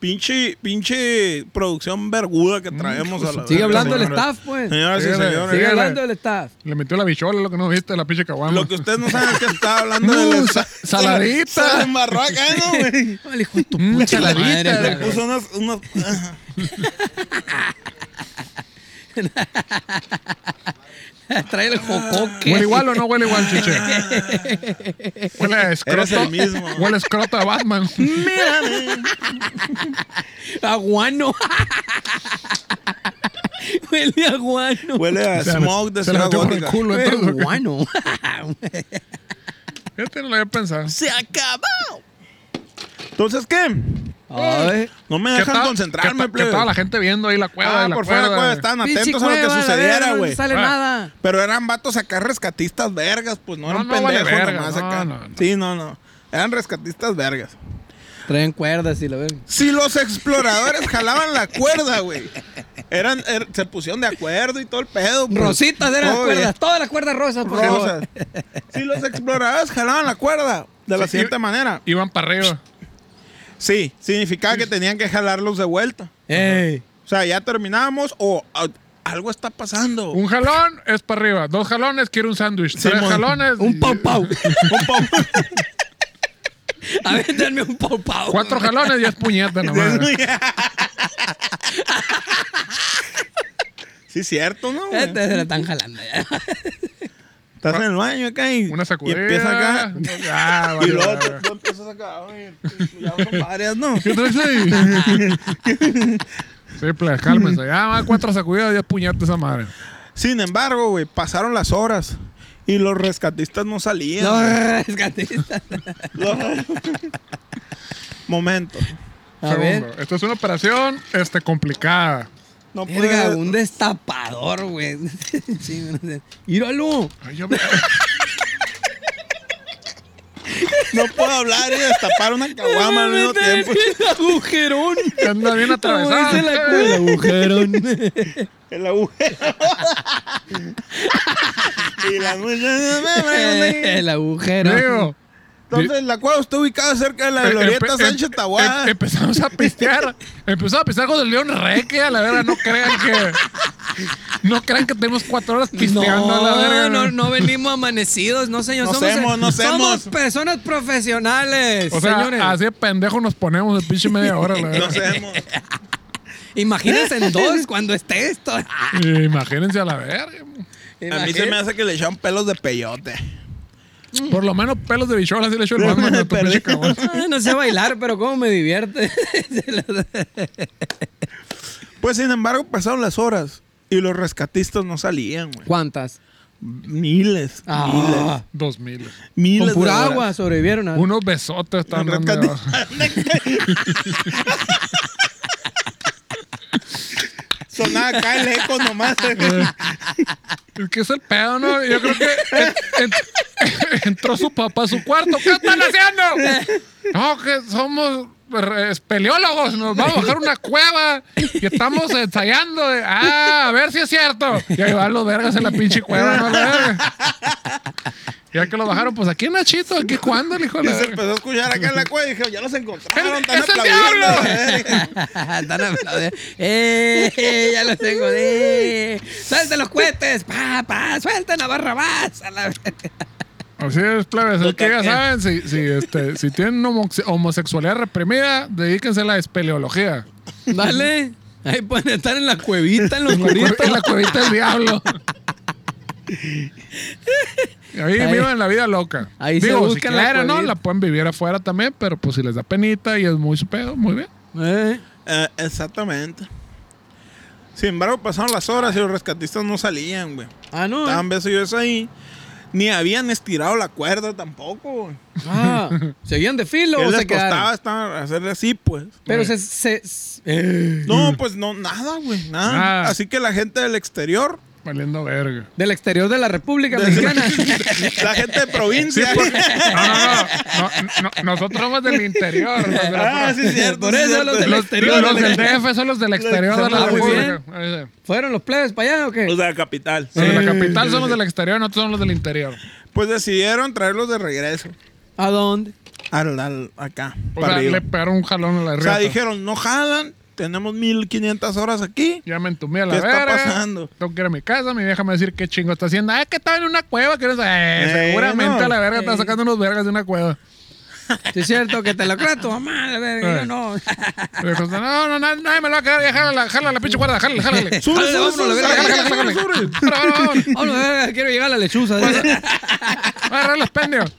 [SPEAKER 3] Pinche, pinche producción verguda que traemos a la verga,
[SPEAKER 4] Sigue hablando el
[SPEAKER 3] señores.
[SPEAKER 4] staff, pues.
[SPEAKER 3] Señoras y
[SPEAKER 2] Síguele,
[SPEAKER 3] señores.
[SPEAKER 4] Sigue
[SPEAKER 2] Síguele.
[SPEAKER 4] hablando el staff.
[SPEAKER 2] Le metió la bichola, lo que no viste, la pinche caguama.
[SPEAKER 3] Lo que ustedes no saben es que está hablando
[SPEAKER 2] Uh,
[SPEAKER 3] de
[SPEAKER 2] sa- saladita.
[SPEAKER 3] Se embarró acá, ¿no, güey?
[SPEAKER 4] Ay, hijo de tu
[SPEAKER 2] Mm,
[SPEAKER 4] puta
[SPEAKER 2] chaladita,
[SPEAKER 4] madre,
[SPEAKER 2] la
[SPEAKER 3] Le
[SPEAKER 4] güey.
[SPEAKER 3] puso unas. unas...
[SPEAKER 4] [LAUGHS] Trae el jocoque.
[SPEAKER 2] ¿Huele igual o no huele igual,
[SPEAKER 3] [LAUGHS]
[SPEAKER 2] chiche? Huele a escroto.
[SPEAKER 3] Eres el mismo.
[SPEAKER 2] Huele a escroto a Batman.
[SPEAKER 4] [LAUGHS] Aguano. Huele a guano.
[SPEAKER 3] Huele a
[SPEAKER 2] Se la-
[SPEAKER 3] smoke de
[SPEAKER 2] se la
[SPEAKER 3] Ciudad
[SPEAKER 2] metió por el
[SPEAKER 3] Gótica.
[SPEAKER 2] culo,
[SPEAKER 4] Huele a
[SPEAKER 2] entonces.
[SPEAKER 4] guano.
[SPEAKER 2] Este no lo había pensado.
[SPEAKER 4] [LAUGHS] Se acabó.
[SPEAKER 3] Entonces, ¿qué?
[SPEAKER 4] Ay,
[SPEAKER 3] No me
[SPEAKER 2] ¿Qué
[SPEAKER 3] dejan
[SPEAKER 2] tal-
[SPEAKER 3] concentrarme,
[SPEAKER 2] qué tal- qué
[SPEAKER 3] plebe.
[SPEAKER 2] tal la gente viendo ahí la cueva.
[SPEAKER 3] Ah,
[SPEAKER 2] y la
[SPEAKER 3] por fuera,
[SPEAKER 2] cuerda?
[SPEAKER 3] cueva, estaban
[SPEAKER 4] pinche
[SPEAKER 3] atentos a lo que
[SPEAKER 4] cueva, la verga,
[SPEAKER 3] sucediera,
[SPEAKER 4] no
[SPEAKER 3] güey.
[SPEAKER 4] sale
[SPEAKER 2] Ah.
[SPEAKER 4] nada.
[SPEAKER 3] Pero eran vatos acá rescatistas vergas, pues no eran
[SPEAKER 2] no vale
[SPEAKER 3] pendejos
[SPEAKER 2] verga,
[SPEAKER 3] nomás
[SPEAKER 2] no,
[SPEAKER 3] acá.
[SPEAKER 2] no, no.
[SPEAKER 3] Sí, no, no. Eran rescatistas vergas.
[SPEAKER 4] Traen cuerdas y la ven.
[SPEAKER 3] Si los exploradores jalaban la cuerda, güey. Eran, er- se pusieron de acuerdo y todo el pedo. pues.
[SPEAKER 4] Rositas eran las
[SPEAKER 3] Todo
[SPEAKER 4] cuerdas.
[SPEAKER 3] bien.
[SPEAKER 4] Todas las cuerdas rosas, por
[SPEAKER 3] [LAUGHS] Rosas.
[SPEAKER 4] favor.
[SPEAKER 3] Si los exploradores jalaban la cuerda de la
[SPEAKER 2] Sí,
[SPEAKER 3] siguiente
[SPEAKER 2] y-
[SPEAKER 3] manera.
[SPEAKER 2] Iban para arriba.
[SPEAKER 3] Sí, significaba que tenían que jalarlos de vuelta.
[SPEAKER 4] Ey.
[SPEAKER 3] O sea, ya terminamos o ah, algo está pasando. [LAUGHS]
[SPEAKER 2] Un jalón es para arriba. Dos jalones quiero un sándwich.
[SPEAKER 3] Sí,
[SPEAKER 2] Tres
[SPEAKER 3] mon.
[SPEAKER 2] jalones.
[SPEAKER 4] Un pau
[SPEAKER 3] [LAUGHS]
[SPEAKER 4] pau.
[SPEAKER 3] Un poco.
[SPEAKER 4] A ver, denme un pau pau.
[SPEAKER 2] Cuatro jalones y es
[SPEAKER 3] [LAUGHS]
[SPEAKER 2] puñeta nomás.
[SPEAKER 3] Sí, cierto, ¿no? güey?
[SPEAKER 4] Este se la están jalando ya.
[SPEAKER 3] Estás en el baño acá y,
[SPEAKER 2] Una
[SPEAKER 3] y
[SPEAKER 2] sacudida.
[SPEAKER 3] empieza acá.
[SPEAKER 2] Ah,
[SPEAKER 3] Y
[SPEAKER 2] vale,
[SPEAKER 3] luego
[SPEAKER 2] vale.
[SPEAKER 3] tú, tú empiezas acá. Oye, ya son varias, ¿no?
[SPEAKER 2] ¿Qué traes ahí? sí, pues, cálmense. Ya más cuatro sacudidas y es puñeta esa madre.
[SPEAKER 3] [LAUGHS] Sin embargo, güey, pasaron las horas y los rescatistas no salían.
[SPEAKER 4] [LAUGHS] Los rescatistas.
[SPEAKER 3] Los- [LAUGHS] Momento. Ah,
[SPEAKER 4] A ver.
[SPEAKER 2] Segundo, esto es una operación este, complicada.
[SPEAKER 3] No pude-
[SPEAKER 4] Verga, un destapador, güey. [LAUGHS] Sí, no sé. Míralo.
[SPEAKER 2] Ay, yo me- [LAUGHS]
[SPEAKER 3] no puedo hablar y destapar una caguama al [LAUGHS] mismo
[SPEAKER 4] Mete
[SPEAKER 3] tiempo.
[SPEAKER 4] El agujerón.
[SPEAKER 2] Anda bien
[SPEAKER 4] Como
[SPEAKER 2] atravesado.
[SPEAKER 4] dice la cura, el [LAUGHS] agujerón.
[SPEAKER 3] El agujero. [LAUGHS] y la muchacha.
[SPEAKER 4] [LAUGHS] el agujero.
[SPEAKER 2] Digo,
[SPEAKER 3] Entonces, la cueva está ubicada cerca
[SPEAKER 4] Eh,
[SPEAKER 3] de la
[SPEAKER 2] em-
[SPEAKER 3] glorieta
[SPEAKER 2] em-
[SPEAKER 3] Sánchez
[SPEAKER 2] em-
[SPEAKER 3] Tahuada.
[SPEAKER 2] em- empezamos a pistear. empezamos a pistear con el León Reque. A la verga, no crean que. No crean que tenemos cuatro horas pisteando a la verga.
[SPEAKER 4] No, no, no venimos amanecidos, no señor.
[SPEAKER 3] Nos
[SPEAKER 4] somos, eh,
[SPEAKER 3] hemos, nos
[SPEAKER 4] somos
[SPEAKER 3] hemos.
[SPEAKER 4] personas profesionales,
[SPEAKER 2] O sea,
[SPEAKER 4] señores.
[SPEAKER 2] así de pendejo nos ponemos de pinche media hora, la
[SPEAKER 3] [LAUGHS]
[SPEAKER 4] eh,
[SPEAKER 3] No
[SPEAKER 2] verga.
[SPEAKER 3] sabemos.
[SPEAKER 4] Imagínense
[SPEAKER 3] [LAUGHS]
[SPEAKER 4] en dos cuando esté esto.
[SPEAKER 2] Imagínense a la verga.
[SPEAKER 3] A mí se me hace que le echaron pelos de peyote.
[SPEAKER 2] Por lo menos pelos de bichola así le echó el Batman a tu
[SPEAKER 3] [LAUGHS] Perdí.
[SPEAKER 2] pinche cabrón.
[SPEAKER 4] Ah, No sé bailar, pero cómo me divierte. [LAUGHS]
[SPEAKER 3] Pues sin embargo, pasaron las horas y los rescatistas no salían, güey.
[SPEAKER 4] ¿Cuántas?
[SPEAKER 3] Miles.
[SPEAKER 4] Ah,
[SPEAKER 2] Dos mil.
[SPEAKER 3] miles. Miles.
[SPEAKER 4] con pura
[SPEAKER 3] de horas.
[SPEAKER 4] agua sobrevivieron. a-
[SPEAKER 2] Unos besotes están
[SPEAKER 3] Los
[SPEAKER 2] dando.
[SPEAKER 3] rescatistas. [LAUGHS] Sonaba acá el eco
[SPEAKER 4] [LAUGHS]
[SPEAKER 3] nomás.
[SPEAKER 2] Es que es el pedo, ¿no? Yo creo que en- [LAUGHS] en- entró su papá a su cuarto. ¿Qué están haciendo? No, que somos re- espeleólogos. Nos vamos a bajar una cueva y estamos ensayando. de, ah, a ver si es cierto. Y ahí van los vergas en la pinche cueva. ¿no? La verga. Ya que lo bajaron, pues aquí en Nachito, aquí cuándo, el hijo de
[SPEAKER 3] Y
[SPEAKER 2] la
[SPEAKER 3] se
[SPEAKER 2] verga?
[SPEAKER 3] empezó a escuchar acá en la cueva y dije, ya los encontraron,
[SPEAKER 2] ¡Es-
[SPEAKER 3] están
[SPEAKER 2] es el
[SPEAKER 3] aplaudiendo.
[SPEAKER 4] [LAUGHS] Están aplaudiendo. ¡Eh! eh, Ya los tengo. ¡Eh! ¡Suelten los cohetes! ¡Pa, pa! ¡Suelten a Barrabás! A la verga.
[SPEAKER 2] Así es, plebes. Es que ya
[SPEAKER 4] Total.
[SPEAKER 2] saben, si, si, este, si tienen homox- homosexualidad reprimida, dedíquense a la espeleología.
[SPEAKER 4] Dale. Ahí pueden estar en la cuevita, en los
[SPEAKER 2] En la cue- en
[SPEAKER 4] coritos.
[SPEAKER 2] la cuevita del diablo. Y Ahí
[SPEAKER 4] Ahí-
[SPEAKER 2] vivan la vida loca.
[SPEAKER 4] ahí se
[SPEAKER 2] Digo, si
[SPEAKER 4] buscan la
[SPEAKER 2] quieren, ¿no?
[SPEAKER 4] cuevita.
[SPEAKER 2] La pueden vivir afuera también, pero pues si les da penita y es muy su pedo, muy bien.
[SPEAKER 4] Eh,
[SPEAKER 3] Eh, exactamente. Sin embargo, pasaron las horas y los rescatistas no salían, güey.
[SPEAKER 4] Ah, no.
[SPEAKER 3] Estaban besos y besos ahí. Ni habían estirado la cuerda tampoco, güey.
[SPEAKER 4] Ah, ¿Seguían de filo
[SPEAKER 3] ¿Qué
[SPEAKER 4] o
[SPEAKER 3] les
[SPEAKER 4] se
[SPEAKER 3] costaba
[SPEAKER 4] quedaron?
[SPEAKER 3] estar, hacer así, pues?
[SPEAKER 4] Pero se... se- se- eh.
[SPEAKER 3] No, pues no, nada, güey, nada.
[SPEAKER 2] Nada.
[SPEAKER 3] Así que la gente del exterior
[SPEAKER 2] Valiendo verga.
[SPEAKER 4] Del exterior de la República [LAUGHS] Mexicana.
[SPEAKER 3] [LAUGHS] La gente de provincia.
[SPEAKER 2] No, no, no, no, no, Nosotros somos del interior. los de la-
[SPEAKER 3] [LAUGHS] ah, sí, cierto.
[SPEAKER 4] Por
[SPEAKER 3] sí,
[SPEAKER 4] eso
[SPEAKER 3] cierto.
[SPEAKER 4] los del exterior.
[SPEAKER 2] los del DF son los del exterior de la
[SPEAKER 4] Ah, muy bien.
[SPEAKER 2] República. Ahí sí.
[SPEAKER 4] ¿Fueron los plebes para allá o qué?
[SPEAKER 3] Los de la capital.
[SPEAKER 2] Los de la capital son los del exterior, nosotros somos los del interior.
[SPEAKER 3] Pues decidieron traerlos de regreso.
[SPEAKER 4] ¿A dónde?
[SPEAKER 3] Al, al- acá.
[SPEAKER 2] O
[SPEAKER 3] para
[SPEAKER 2] sea,
[SPEAKER 3] arriba.
[SPEAKER 2] le pegaron un jalón a la
[SPEAKER 3] o
[SPEAKER 2] riata.
[SPEAKER 3] sea, dijeron, no jalan, tenemos 1500 horas aquí.
[SPEAKER 2] Ya me entumí a la
[SPEAKER 3] ¿Qué está
[SPEAKER 2] verga.
[SPEAKER 3] pasando?
[SPEAKER 2] Tengo que ir a mi casa. Mi vieja me va a decir qué chingo está haciendo. Ah, que estaba en una cueva. Que no sé. Eh,
[SPEAKER 3] Eh,
[SPEAKER 2] seguramente
[SPEAKER 3] no.
[SPEAKER 2] a la verga está sacando unos vergas de una
[SPEAKER 3] [LAUGHS]
[SPEAKER 2] cueva.
[SPEAKER 4] Sí, es cierto que te lo creo a tu mamá, la verga, yo no. [LAUGHS]
[SPEAKER 2] Y dijo, no, no, na- nadie me lo va a quedar. Ya jálala, jálala, pinche cuerda. Jálala,
[SPEAKER 3] [LAUGHS]
[SPEAKER 2] jálale.
[SPEAKER 3] Sube,
[SPEAKER 4] Jálale,
[SPEAKER 3] sube,
[SPEAKER 4] vámonos,
[SPEAKER 3] sube,
[SPEAKER 4] la
[SPEAKER 2] Jálala,
[SPEAKER 3] sube,
[SPEAKER 2] jálala, jálala,
[SPEAKER 3] sube, sube.
[SPEAKER 2] jálala. Ahora, ahora, ahora.
[SPEAKER 4] Vámonos, verga, quiero llegar a la lechuza.
[SPEAKER 2] Voy a agarrar los pendejos.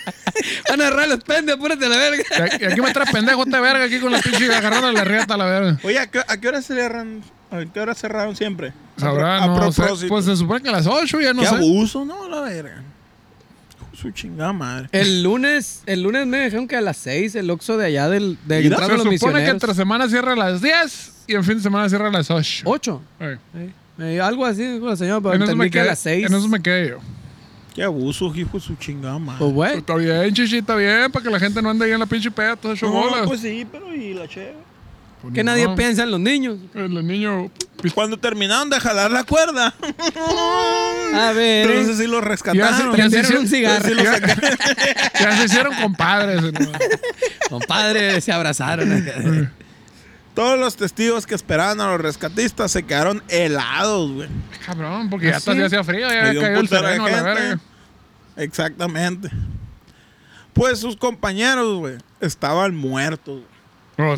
[SPEAKER 4] [LAUGHS] Van a agarrar los pendejos, apúrate la verga.
[SPEAKER 2] Y aquí- y aquí me trae pendejo esta verga aquí con la pinche agarrando la riata a la verga.
[SPEAKER 3] Oye, ¿a qué, a qué hora cerraron? ¿A qué hora cerraron siempre?
[SPEAKER 2] Sabrá,
[SPEAKER 3] a,
[SPEAKER 2] no sé.
[SPEAKER 3] propósito.
[SPEAKER 2] Pues se supone que a las 8 ya no
[SPEAKER 3] qué
[SPEAKER 2] sé.
[SPEAKER 3] abuso, no, la verga. Su chingada madre.
[SPEAKER 4] El lunes, el lunes me dijeron que a las 6 el Oxxo de allá del, de
[SPEAKER 3] Mira,
[SPEAKER 4] entrando
[SPEAKER 2] Se
[SPEAKER 4] a los
[SPEAKER 2] supone que
[SPEAKER 4] misioneros.
[SPEAKER 2] entre semana cierra a las 10 y en fin de semana cierra a las 8.
[SPEAKER 4] ¿Ocho?
[SPEAKER 2] Eh,
[SPEAKER 4] Eh, eh, algo así dijo la señora, pero
[SPEAKER 2] En eso,
[SPEAKER 4] entendí
[SPEAKER 2] me
[SPEAKER 4] que a
[SPEAKER 2] quedé,
[SPEAKER 4] las 6.
[SPEAKER 2] en eso me quedé yo.
[SPEAKER 3] Qué abuso, hijo de su chingada madre.
[SPEAKER 4] Pues güey,
[SPEAKER 2] Está bien, chichi, está bien, para que la gente no ande ahí en la pinche peda, todo hecho bola.
[SPEAKER 3] No, pues sí, pero y la cheve.
[SPEAKER 2] Pues
[SPEAKER 4] que
[SPEAKER 2] ni
[SPEAKER 4] nadie
[SPEAKER 2] modo.
[SPEAKER 4] piensa en los niños.
[SPEAKER 2] El niño.
[SPEAKER 3] Cuando terminaron de jalar la cuerda.
[SPEAKER 4] A ver.
[SPEAKER 3] Entonces sí lo rescataron.
[SPEAKER 2] Ya se-
[SPEAKER 4] Ah, Prendieron un cigarro.
[SPEAKER 2] Ya, ya se hicieron compadres. ¿no?
[SPEAKER 4] Compadre, se abrazaron.
[SPEAKER 3] Todos los testigos que esperaban a los rescatistas se quedaron helados, güey.
[SPEAKER 2] Cabrón, porque ya
[SPEAKER 4] ¿Ah,
[SPEAKER 2] hasta
[SPEAKER 4] sí?
[SPEAKER 2] se hacía frío, ya
[SPEAKER 3] Había
[SPEAKER 2] había
[SPEAKER 3] un
[SPEAKER 2] caído Eh, el
[SPEAKER 3] putero de
[SPEAKER 2] terreno a la
[SPEAKER 3] gente.
[SPEAKER 2] verga.
[SPEAKER 3] Exactamente. Pues sus compañeros, güey, estaban muertos. güey.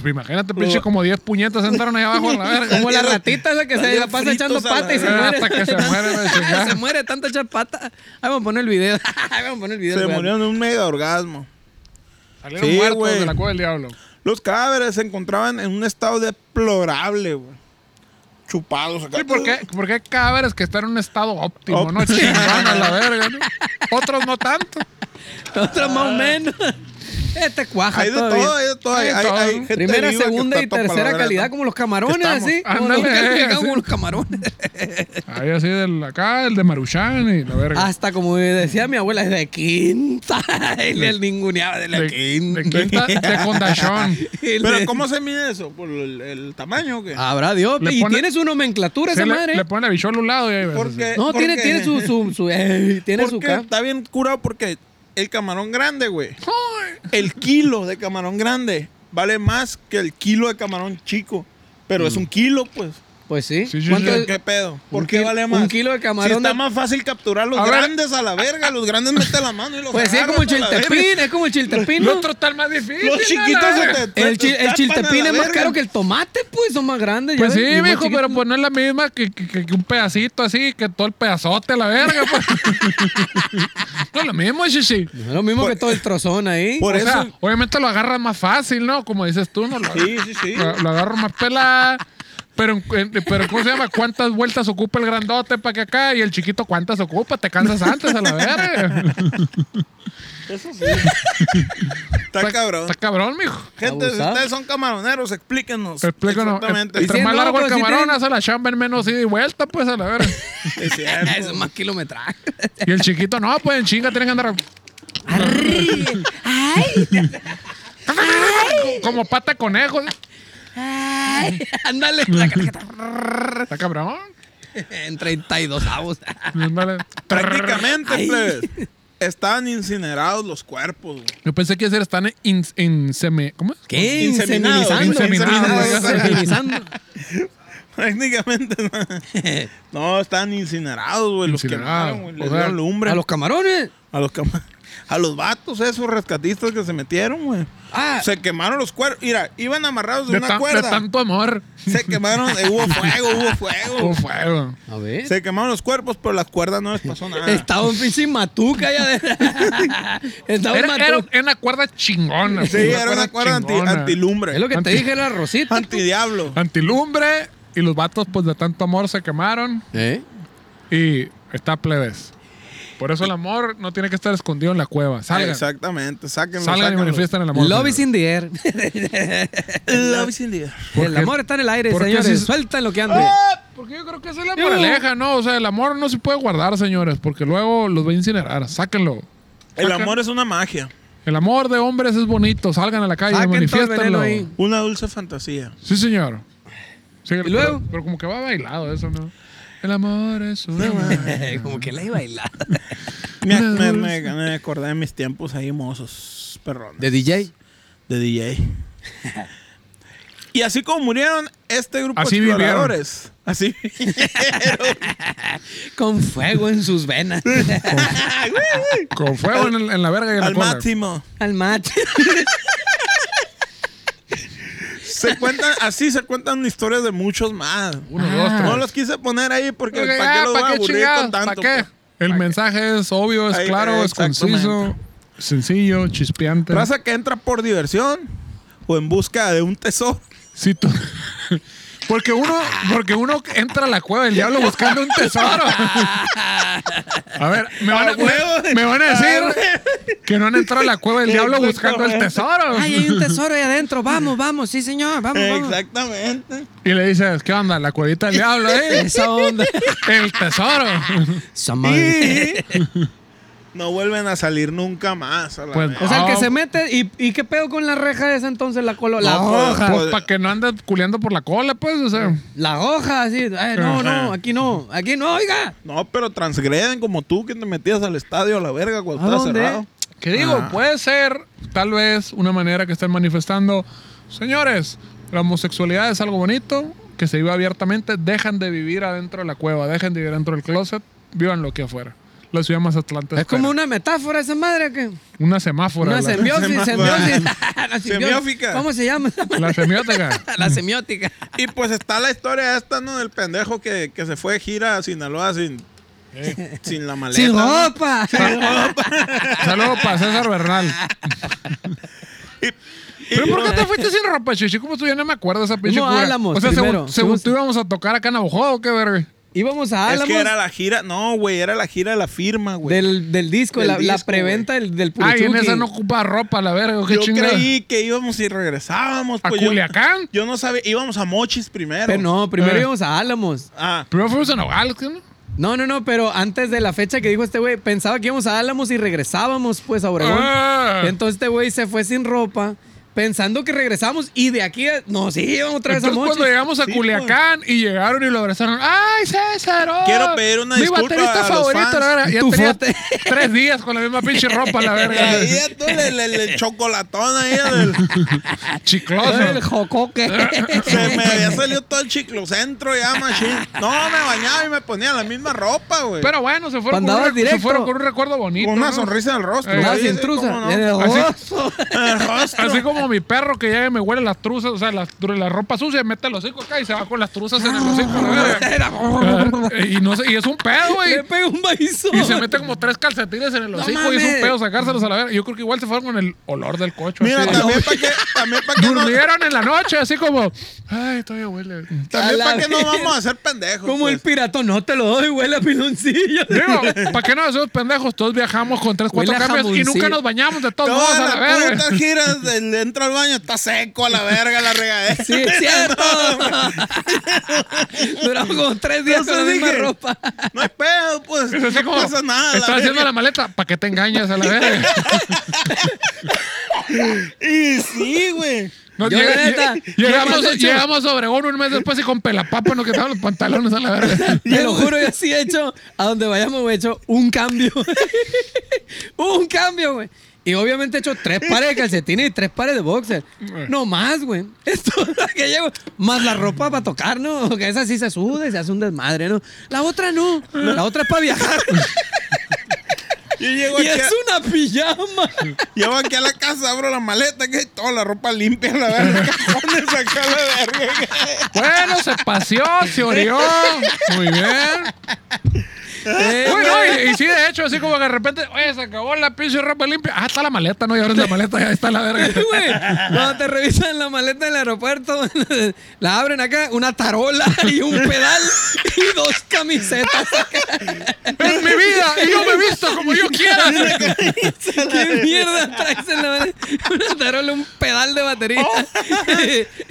[SPEAKER 2] Pues imagínate, pinche,
[SPEAKER 3] Lo-
[SPEAKER 2] como 10 puñetas sentaron ahí abajo a la verga.
[SPEAKER 4] Como la
[SPEAKER 3] Salieron-
[SPEAKER 4] ratita esa que se
[SPEAKER 3] salieron
[SPEAKER 4] la pasa
[SPEAKER 3] fritos
[SPEAKER 4] echando
[SPEAKER 3] a la
[SPEAKER 4] pata y [LAUGHS] se
[SPEAKER 2] verga. Ah,
[SPEAKER 4] muere.
[SPEAKER 2] Hasta que se
[SPEAKER 4] [LAUGHS]
[SPEAKER 2] muere, la chingada.
[SPEAKER 4] se muere tanto echar pata. Ahí vamos a poner el video. [LAUGHS] Ahí vamos a poner el video.
[SPEAKER 3] Se
[SPEAKER 4] güey.
[SPEAKER 3] murieron de un mega orgasmo.
[SPEAKER 2] Salieron
[SPEAKER 3] Sí,
[SPEAKER 2] muertos
[SPEAKER 3] güey.
[SPEAKER 2] de la cueva del diablo.
[SPEAKER 3] Los cadáveres se encontraban en un estado deplorable, güey. Chupados acá.
[SPEAKER 2] Sí, ¿por qué, por qué hay cadáveres que están en un estado óptimo,
[SPEAKER 3] Óptimo.
[SPEAKER 2] no chingón a la verga? ¿no? Otros no tanto.
[SPEAKER 4] Otro más o menos. Este cuaja
[SPEAKER 3] Hay de
[SPEAKER 4] todavía.
[SPEAKER 3] todo, hay de todo. Hay,
[SPEAKER 2] Hay de
[SPEAKER 3] hay-
[SPEAKER 2] todo.
[SPEAKER 3] hay gente
[SPEAKER 4] Primera,
[SPEAKER 3] viva que
[SPEAKER 4] segunda
[SPEAKER 3] está
[SPEAKER 4] y
[SPEAKER 3] topa la
[SPEAKER 4] tercera
[SPEAKER 3] verga,
[SPEAKER 4] calidad,
[SPEAKER 3] ¿no?
[SPEAKER 4] como los camarones,
[SPEAKER 3] Estamos.
[SPEAKER 4] así. Como los,
[SPEAKER 2] Ándale,
[SPEAKER 4] calificados
[SPEAKER 2] sí.
[SPEAKER 4] como los camarones.
[SPEAKER 2] Ahí así del acá, el de Maruchan y la verga.
[SPEAKER 4] Hasta como decía mi abuela, de quinta. [LAUGHS] Y le ninguneaba de la
[SPEAKER 2] de,
[SPEAKER 4] quinta.
[SPEAKER 2] de quinta, de Condachón.
[SPEAKER 4] [LAUGHS] Y le-
[SPEAKER 3] Pero ¿cómo se mide eso? ¿Por el, el tamaño o qué?
[SPEAKER 4] Habrá Dios.
[SPEAKER 2] Le
[SPEAKER 4] Y
[SPEAKER 2] pone-
[SPEAKER 4] tiene su nomenclatura
[SPEAKER 2] Sí,
[SPEAKER 4] esa
[SPEAKER 2] le,
[SPEAKER 4] madre.
[SPEAKER 2] le ponen la bichola a un lado y ahí pues, ves,
[SPEAKER 3] Porque-
[SPEAKER 4] no,
[SPEAKER 3] ¿por
[SPEAKER 4] tiene,
[SPEAKER 3] qué?
[SPEAKER 4] tiene su, su, su- eh, tiene su
[SPEAKER 3] Porque
[SPEAKER 4] ca-
[SPEAKER 3] está bien curado porque el camarón grande, güey. El kilo de camarón grande vale más que el kilo de camarón chico. Pero es un kilo, pues.
[SPEAKER 4] Pues sí.
[SPEAKER 2] Sí, sí,
[SPEAKER 4] ¿Cuánto
[SPEAKER 2] sí.
[SPEAKER 4] es?
[SPEAKER 3] ¿Qué pedo?
[SPEAKER 4] Mm. un
[SPEAKER 3] ¿Por qué
[SPEAKER 4] kil-
[SPEAKER 3] vale más?
[SPEAKER 4] un kilo de camarón
[SPEAKER 3] Si está
[SPEAKER 4] de-
[SPEAKER 3] más fácil capturar los
[SPEAKER 2] A ver.
[SPEAKER 3] grandes a la verga. Los grandes meten la mano y los
[SPEAKER 4] Pues sí, es como el
[SPEAKER 3] agarras a la verga.
[SPEAKER 4] chiltepín, es como el chiltepín.
[SPEAKER 2] El
[SPEAKER 4] ¿no?
[SPEAKER 2] otro está el más difícil.
[SPEAKER 3] Los
[SPEAKER 2] la
[SPEAKER 3] chiquitos
[SPEAKER 2] verga.
[SPEAKER 3] se te-
[SPEAKER 4] El, chi-
[SPEAKER 3] te
[SPEAKER 4] el
[SPEAKER 3] tapan a
[SPEAKER 4] chiltepín
[SPEAKER 3] la
[SPEAKER 4] es más
[SPEAKER 3] verga.
[SPEAKER 4] caro que el tomate, pues son más grandes. ya
[SPEAKER 2] Pues
[SPEAKER 4] ves,
[SPEAKER 2] sí,
[SPEAKER 4] y es más
[SPEAKER 2] mijo,
[SPEAKER 4] chiquito.
[SPEAKER 2] pero pues no es la misma que, que- que- que un pedacito así, que todo el pedazote a la verga, pues. [LAUGHS] no es lo mismo, chichi.
[SPEAKER 4] No Es lo mismo
[SPEAKER 3] Por-
[SPEAKER 4] que todo el trozón ahí.
[SPEAKER 3] Por
[SPEAKER 2] o sea,
[SPEAKER 3] eso-
[SPEAKER 2] obviamente lo agarras más fácil, ¿no? Como dices tú, no lo
[SPEAKER 3] Sí, sí, sí.
[SPEAKER 4] Ah,
[SPEAKER 2] Lo, lo agarro más pelada. Pero, en- en- pero, ¿cómo se llama? ¿Cuántas vueltas ocupa el grandote para que acá? Y el chiquito, ¿cuántas ocupa? Te cansas antes a la verga.
[SPEAKER 3] Eso sí. está
[SPEAKER 2] Está-
[SPEAKER 3] cabrón.
[SPEAKER 2] Está cabrón, mijo.
[SPEAKER 3] Gente, si
[SPEAKER 4] Abusado.
[SPEAKER 3] ustedes son camaroneros, explíquenos.
[SPEAKER 2] Explícanos.
[SPEAKER 3] Exactamente.
[SPEAKER 2] Entre
[SPEAKER 4] Sí,
[SPEAKER 2] más
[SPEAKER 4] no,
[SPEAKER 2] largo el
[SPEAKER 4] pero sí
[SPEAKER 2] camarón,
[SPEAKER 4] tiene-
[SPEAKER 2] hace la chamba en menos ida y vuelta, pues a la verga.
[SPEAKER 3] Es cierto.
[SPEAKER 4] Eso [LAUGHS] [LAUGHS] es más kilometraje.
[SPEAKER 2] Y el chiquito, no, pues en chinga tienen que andar. Co- Como pata de conejo.
[SPEAKER 4] Ándale.
[SPEAKER 2] Está cabrón.
[SPEAKER 4] en 32 avos.
[SPEAKER 2] Ándale.
[SPEAKER 3] Prácticamente, plebes. Estaban incinerados los cuerpos, güey. [LAUGHS]
[SPEAKER 2] Yo pensé que iba a decir, están en, en seme- ¿Cómo es?
[SPEAKER 4] ¿Qué?
[SPEAKER 3] Inseminado,
[SPEAKER 4] Inseminizando.
[SPEAKER 2] inseminado.
[SPEAKER 4] Inseminizando.
[SPEAKER 3] Prácticamente.
[SPEAKER 4] [LAUGHS]
[SPEAKER 3] No, no estaban incinerados, güey. Los
[SPEAKER 2] Incinerados.
[SPEAKER 3] quemaron, güey.
[SPEAKER 2] O
[SPEAKER 3] Les
[SPEAKER 2] sea,
[SPEAKER 3] dieron lumbre.
[SPEAKER 4] A los camarones.
[SPEAKER 3] A los, cama- [LAUGHS] a los vatos, esos rescatistas que se metieron, güey.
[SPEAKER 4] Ah.
[SPEAKER 3] Se quemaron los cuerpos. Mira, iban amarrados de,
[SPEAKER 2] De,
[SPEAKER 3] una
[SPEAKER 2] tan- de
[SPEAKER 3] cuerda.
[SPEAKER 2] tanto amor.
[SPEAKER 3] Se quemaron. eh, hubo fuego, hubo
[SPEAKER 2] [LAUGHS]
[SPEAKER 3] fuego.
[SPEAKER 2] Oh, fuego.
[SPEAKER 4] A ver. Ah.
[SPEAKER 3] Se quemaron los cuerpos, pero las cuerdas no les pasó nada.
[SPEAKER 4] Estaba un pinche matuca [LAUGHS] allá de... Estaba un
[SPEAKER 2] Era, era,
[SPEAKER 4] matuca.
[SPEAKER 2] era una cuerda chingona.
[SPEAKER 3] Sí, era una cuerda anti,
[SPEAKER 2] chingona.
[SPEAKER 3] antilumbre.
[SPEAKER 4] Es lo que te
[SPEAKER 2] Anti-
[SPEAKER 4] dije, era Rosita.
[SPEAKER 3] Antidiablo.
[SPEAKER 2] Ah, Antilumbre. Y los vatos, pues de tanto amor, se quemaron.
[SPEAKER 4] ¿Eh?
[SPEAKER 2] Y está plebes. Por eso el amor no tiene que estar escondido en la cueva. Salgan.
[SPEAKER 3] Exactamente, sáquenlo.
[SPEAKER 2] Salgan y
[SPEAKER 3] sáquenlo.
[SPEAKER 2] manifiestan el amor.
[SPEAKER 4] Love is in the air.
[SPEAKER 3] Love is in the air.
[SPEAKER 4] [LAUGHS] el amor está en el aire,
[SPEAKER 2] ¿Por qué
[SPEAKER 4] señores.
[SPEAKER 2] así es?
[SPEAKER 4] Suelta lo que ande.
[SPEAKER 2] Ah, Porque yo creo que esa es la moraleja, ¿no? O sea, el amor no se puede guardar, señores, porque luego los va a incinerar. Sáquenlo.
[SPEAKER 3] El
[SPEAKER 2] Sacan-
[SPEAKER 3] amor es una magia,
[SPEAKER 2] El amor de hombres es bonito. Salgan a la calle,
[SPEAKER 4] Saquen todo el veneno
[SPEAKER 2] manifiéstenlo.
[SPEAKER 4] ahí.
[SPEAKER 3] una dulce fantasía.
[SPEAKER 2] Sí, señor. Sí, pero-
[SPEAKER 4] luego?
[SPEAKER 2] Pero, como que va bailado eso, ¿no? El amor es una
[SPEAKER 3] [LAUGHS]
[SPEAKER 2] magia.
[SPEAKER 4] [LAUGHS] Como que la he bailado.
[SPEAKER 3] Me,
[SPEAKER 2] Una
[SPEAKER 3] me-
[SPEAKER 2] dulce-
[SPEAKER 3] me- me acordé de mis tiempos ahí mozos, perrón, de,
[SPEAKER 5] ¿De DJ?
[SPEAKER 3] DJ. Y así como murieron este grupo
[SPEAKER 2] Así
[SPEAKER 3] de
[SPEAKER 2] vivieron.
[SPEAKER 3] exploradores, [LAUGHS] así
[SPEAKER 4] Con fuego en sus [LAUGHS] venas.
[SPEAKER 2] Con fuego en, el- en la verga y en la
[SPEAKER 3] al
[SPEAKER 2] cola.
[SPEAKER 3] máximo.
[SPEAKER 4] Al mate.
[SPEAKER 3] Se cuentan, así se cuentan historias de muchos más.
[SPEAKER 2] Uno, dos,
[SPEAKER 4] Ah.
[SPEAKER 2] tres.
[SPEAKER 3] No los quise poner ahí porque
[SPEAKER 2] Ok,
[SPEAKER 3] ¿para
[SPEAKER 2] ah,
[SPEAKER 3] qué los
[SPEAKER 2] ¿pa'
[SPEAKER 3] voy a
[SPEAKER 2] qué
[SPEAKER 3] aburrir
[SPEAKER 2] chingados?
[SPEAKER 3] con
[SPEAKER 2] ¿Pa'
[SPEAKER 3] tanto?
[SPEAKER 2] qué?
[SPEAKER 3] pues?
[SPEAKER 2] El mensaje es obvio, es
[SPEAKER 3] Ahí,
[SPEAKER 2] claro,
[SPEAKER 3] eh,
[SPEAKER 2] es conciso,
[SPEAKER 3] exactamente.
[SPEAKER 2] sencillo, chispeante.
[SPEAKER 3] Raza que entra por diversión o en busca de
[SPEAKER 2] [LAUGHS]
[SPEAKER 3] un tesoro.
[SPEAKER 2] Sí, tú- Porque uno, porque uno entra a la cueva del diablo buscando un tesoro. A ver, me van a, me, me van a decir que no han entrado a la cueva del diablo buscando el tesoro.
[SPEAKER 4] Ay, hay un tesoro ahí adentro. Vamos, vamos. Sí, señor. Vamos, vamos.
[SPEAKER 3] Exactamente.
[SPEAKER 2] Y le dices, ¿qué onda? La cuevita del diablo, ¿eh?
[SPEAKER 4] Esa onda.
[SPEAKER 2] El tesoro.
[SPEAKER 4] Esa madre.
[SPEAKER 3] No vuelven a salir nunca más. a la
[SPEAKER 2] Pues,
[SPEAKER 3] vez.
[SPEAKER 4] O sea, el
[SPEAKER 2] No.
[SPEAKER 4] que se mete. ¿Y, y qué pedo con la reja esa entonces? La colo. La
[SPEAKER 3] No, pues,
[SPEAKER 4] hoja.
[SPEAKER 3] pues,
[SPEAKER 2] Para que no andes culeando por la cola, pues, o sea.
[SPEAKER 4] La hoja, así. Ay, no, no.
[SPEAKER 3] Ajá.
[SPEAKER 4] Aquí no. Aquí no, oiga.
[SPEAKER 3] No, pero transgreden como tú que te metías al estadio a la verga cuando
[SPEAKER 4] ¿A
[SPEAKER 3] estaba
[SPEAKER 4] dónde?
[SPEAKER 3] cerrado.
[SPEAKER 2] Que digo,
[SPEAKER 3] Ah.
[SPEAKER 2] puede ser tal vez una manera que están manifestando, señores, la homosexualidad es algo bonito, que se vive abiertamente, dejan de vivir adentro de la cueva, dejen de vivir dentro del closet, vivan lo que afuera. La ciudad más atlante
[SPEAKER 4] Es como una metáfora esa madre que.
[SPEAKER 2] una semáfora.
[SPEAKER 4] Una
[SPEAKER 2] la,
[SPEAKER 4] sembiosis,
[SPEAKER 3] Semáfora. [LAUGHS]
[SPEAKER 4] sembiosis. [LAUGHS] La
[SPEAKER 3] Semiófica.
[SPEAKER 4] ¿Cómo se llama? [LAUGHS]
[SPEAKER 2] la semiótica.
[SPEAKER 4] La semiótica.
[SPEAKER 3] Y pues está la historia esta, ¿no? Del pendejo que, que se fue de gira a Sinaloa sin, sin la maleta.
[SPEAKER 4] Sin
[SPEAKER 3] ¿no?
[SPEAKER 4] ropa. [LAUGHS]
[SPEAKER 2] Saludos para César Bernal. ¿Pero por qué te fuiste sin ropa, Chichi? ¿Cómo tú ya no me acuerdo de esa pinche
[SPEAKER 4] No,
[SPEAKER 2] cura?
[SPEAKER 4] Álamos,
[SPEAKER 2] O sea,
[SPEAKER 4] primero.
[SPEAKER 2] según, según tú
[SPEAKER 4] Fuimos-
[SPEAKER 2] íbamos a tocar acá en Navajo, ¿o qué verga?
[SPEAKER 4] Íbamos a
[SPEAKER 3] Es
[SPEAKER 4] Álamos.
[SPEAKER 3] que era la gira, no, güey, era la gira de la firma, güey.
[SPEAKER 4] Del, del disco,
[SPEAKER 3] Del
[SPEAKER 4] la, la
[SPEAKER 3] disco,
[SPEAKER 4] preventa del, del
[SPEAKER 2] Ay, en
[SPEAKER 4] Purichuki.
[SPEAKER 2] esa no ocupa ropa, la verga, qué
[SPEAKER 3] Yo
[SPEAKER 2] chingada.
[SPEAKER 3] creí que íbamos y regresábamos.
[SPEAKER 2] ¿A
[SPEAKER 3] pues, yo-
[SPEAKER 2] Culiacán?
[SPEAKER 3] Yo no sabía, íbamos a Mochis primero.
[SPEAKER 4] Pero no, primero
[SPEAKER 2] Eh.
[SPEAKER 4] íbamos a Álamos.
[SPEAKER 3] Ah,
[SPEAKER 2] Primero fuimos a Nogales, ¿qué ¿no?
[SPEAKER 4] No, no, no, pero antes de la fecha que dijo este güey, pensaba que íbamos a Álamos y regresábamos pues a Obregón.
[SPEAKER 2] Ah.
[SPEAKER 4] Entonces este güey se fue sin ropa, pensando que regresamos y de aquí a... No, sí, íbamos otra vez
[SPEAKER 2] Entonces,
[SPEAKER 4] a Mochis.
[SPEAKER 2] cuando llegamos a
[SPEAKER 3] Sí, pues.
[SPEAKER 2] Culiacán y llegaron y lo abrazaron, ¡ay, César! oh,
[SPEAKER 3] Quiero pedir una
[SPEAKER 2] mi
[SPEAKER 3] disculpa
[SPEAKER 2] baterista
[SPEAKER 3] a los
[SPEAKER 2] favorito,
[SPEAKER 3] fans.
[SPEAKER 2] la verga. Ya
[SPEAKER 4] [LAUGHS] Tu
[SPEAKER 2] tenía
[SPEAKER 4] fote.
[SPEAKER 2] tres días con la misma pinche ropa, la
[SPEAKER 3] [LAUGHS] ahí
[SPEAKER 2] verga.
[SPEAKER 3] ya tú le, le- le chocolatón ahí. del-
[SPEAKER 4] El
[SPEAKER 2] Ah, Chicloso.
[SPEAKER 4] jocoque.
[SPEAKER 2] Ah,
[SPEAKER 4] [LAUGHS]
[SPEAKER 3] se me había salido todo el chiclocentro ya, machín. No, me bañaba y me ponía la misma ropa, güey.
[SPEAKER 2] Pero bueno, se fueron,
[SPEAKER 4] Andabas
[SPEAKER 2] con un, rec- se
[SPEAKER 4] directo.
[SPEAKER 2] fueron con un recuerdo bonito.
[SPEAKER 3] con una
[SPEAKER 2] ¿no?
[SPEAKER 3] sonrisa en el rostro.
[SPEAKER 4] Nada,
[SPEAKER 3] sí,
[SPEAKER 4] sin
[SPEAKER 3] sí,
[SPEAKER 4] truza.
[SPEAKER 3] cómo no.
[SPEAKER 4] Eh, En el
[SPEAKER 3] [LAUGHS]
[SPEAKER 2] Así-
[SPEAKER 4] oso.
[SPEAKER 3] En el rostro.
[SPEAKER 2] Así como mi perro que llega y me huele las truzas, o sea, las tru- la, ropa sucia, y mete el hocico acá y se va con las truzas en el hocico, la
[SPEAKER 4] [LAUGHS]
[SPEAKER 2] verga. Eh, Y, no sé- y es un pedo, güey.
[SPEAKER 4] Le pegó un baizón.
[SPEAKER 2] Y
[SPEAKER 4] [LAUGHS]
[SPEAKER 2] se mete como tres calcetines en el hocico y es un
[SPEAKER 4] mames.
[SPEAKER 2] pedo sacárselos a la verga. Yo creo que igual se fueron con el olor del coche.
[SPEAKER 3] Mira,
[SPEAKER 2] así.
[SPEAKER 3] también para que, también pa' que no,
[SPEAKER 2] Durmieron en la noche, así como, ay, todavía huele.
[SPEAKER 3] también
[SPEAKER 4] A
[SPEAKER 3] pa'
[SPEAKER 4] la
[SPEAKER 3] que no
[SPEAKER 4] vez.
[SPEAKER 3] vamos a ser pendejos.
[SPEAKER 4] Como el
[SPEAKER 3] pues.
[SPEAKER 4] pirato, no te lo doy, güey, la piloncilla.
[SPEAKER 2] Digo, ¿para qué no esos pendejos? Todos viajamos con tres, cuatro
[SPEAKER 4] Huele a
[SPEAKER 2] cambios y
[SPEAKER 4] jamoncillo.
[SPEAKER 2] nunca nos bañamos de todos modos
[SPEAKER 3] Todas
[SPEAKER 2] a la
[SPEAKER 3] las
[SPEAKER 2] verga.
[SPEAKER 3] putas giras, el- entra al baño, está seco a la verga la regadera. [LAUGHS]
[SPEAKER 4] [LAUGHS] Sí,
[SPEAKER 2] [LAUGHS]
[SPEAKER 4] es cierto. Duramos como tres días con la
[SPEAKER 3] Entonces
[SPEAKER 4] misma
[SPEAKER 3] dije,
[SPEAKER 4] ropa.
[SPEAKER 3] No hay pedo, pues.
[SPEAKER 2] Es [LAUGHS] así
[SPEAKER 3] No
[SPEAKER 2] como,
[SPEAKER 3] pasa nada. la
[SPEAKER 2] estás haciendo
[SPEAKER 3] verga.
[SPEAKER 2] la maleta, ¿para qué te engañas a la
[SPEAKER 3] [LAUGHS]
[SPEAKER 2] verga?
[SPEAKER 3] Y sí, güey.
[SPEAKER 2] Nos
[SPEAKER 4] Yo,
[SPEAKER 2] llega-
[SPEAKER 4] la neta,
[SPEAKER 2] lle-
[SPEAKER 4] yo
[SPEAKER 2] llegamos,
[SPEAKER 4] me has hecho-
[SPEAKER 2] llegamos a Obregón un mes después y con pelapapa nos quitaban los pantalones a la verga.
[SPEAKER 4] Te lo juro, yo sí he hecho, a donde vayamos, güey, he hecho un cambio. [LAUGHS] un cambio, güey. Y obviamente he hecho tres pares de calcetines y tres pares de boxer. No más, güey. [LAUGHS] Esto es la que llevo. Más la ropa para tocar, ¿no? Porque esa sí se suda y se hace un desmadre, ¿no? La otra no. La otra es para viajar.
[SPEAKER 3] Yo llego
[SPEAKER 4] y
[SPEAKER 3] aquí,
[SPEAKER 4] es
[SPEAKER 3] a,
[SPEAKER 4] una pijama. [LAUGHS]
[SPEAKER 3] llego aquí a la casa, abro la maleta, que hay toda la ropa limpia, la verga. [LAUGHS] Cajones acá, la verga.
[SPEAKER 2] Bueno, se paseó, se orió. Muy bien.
[SPEAKER 4] Eh,
[SPEAKER 2] Bueno, y, y sí, de hecho, así como que de repente, oye, se acabó la pinche ropa limpia. Ah, está la maleta, no, y ahora es la maleta, ya está la verga.
[SPEAKER 4] güey. Cuando te revisan la maleta del aeropuerto, [LAUGHS] la abren acá, una tarola y un pedal y dos camisetas. acá.
[SPEAKER 2] Es mi vida y yo me he visto como yo quiera.
[SPEAKER 4] ¿Qué mierda traes en la mano? Una tarola, un pedal de batería.
[SPEAKER 3] Oh.
[SPEAKER 4] [LAUGHS]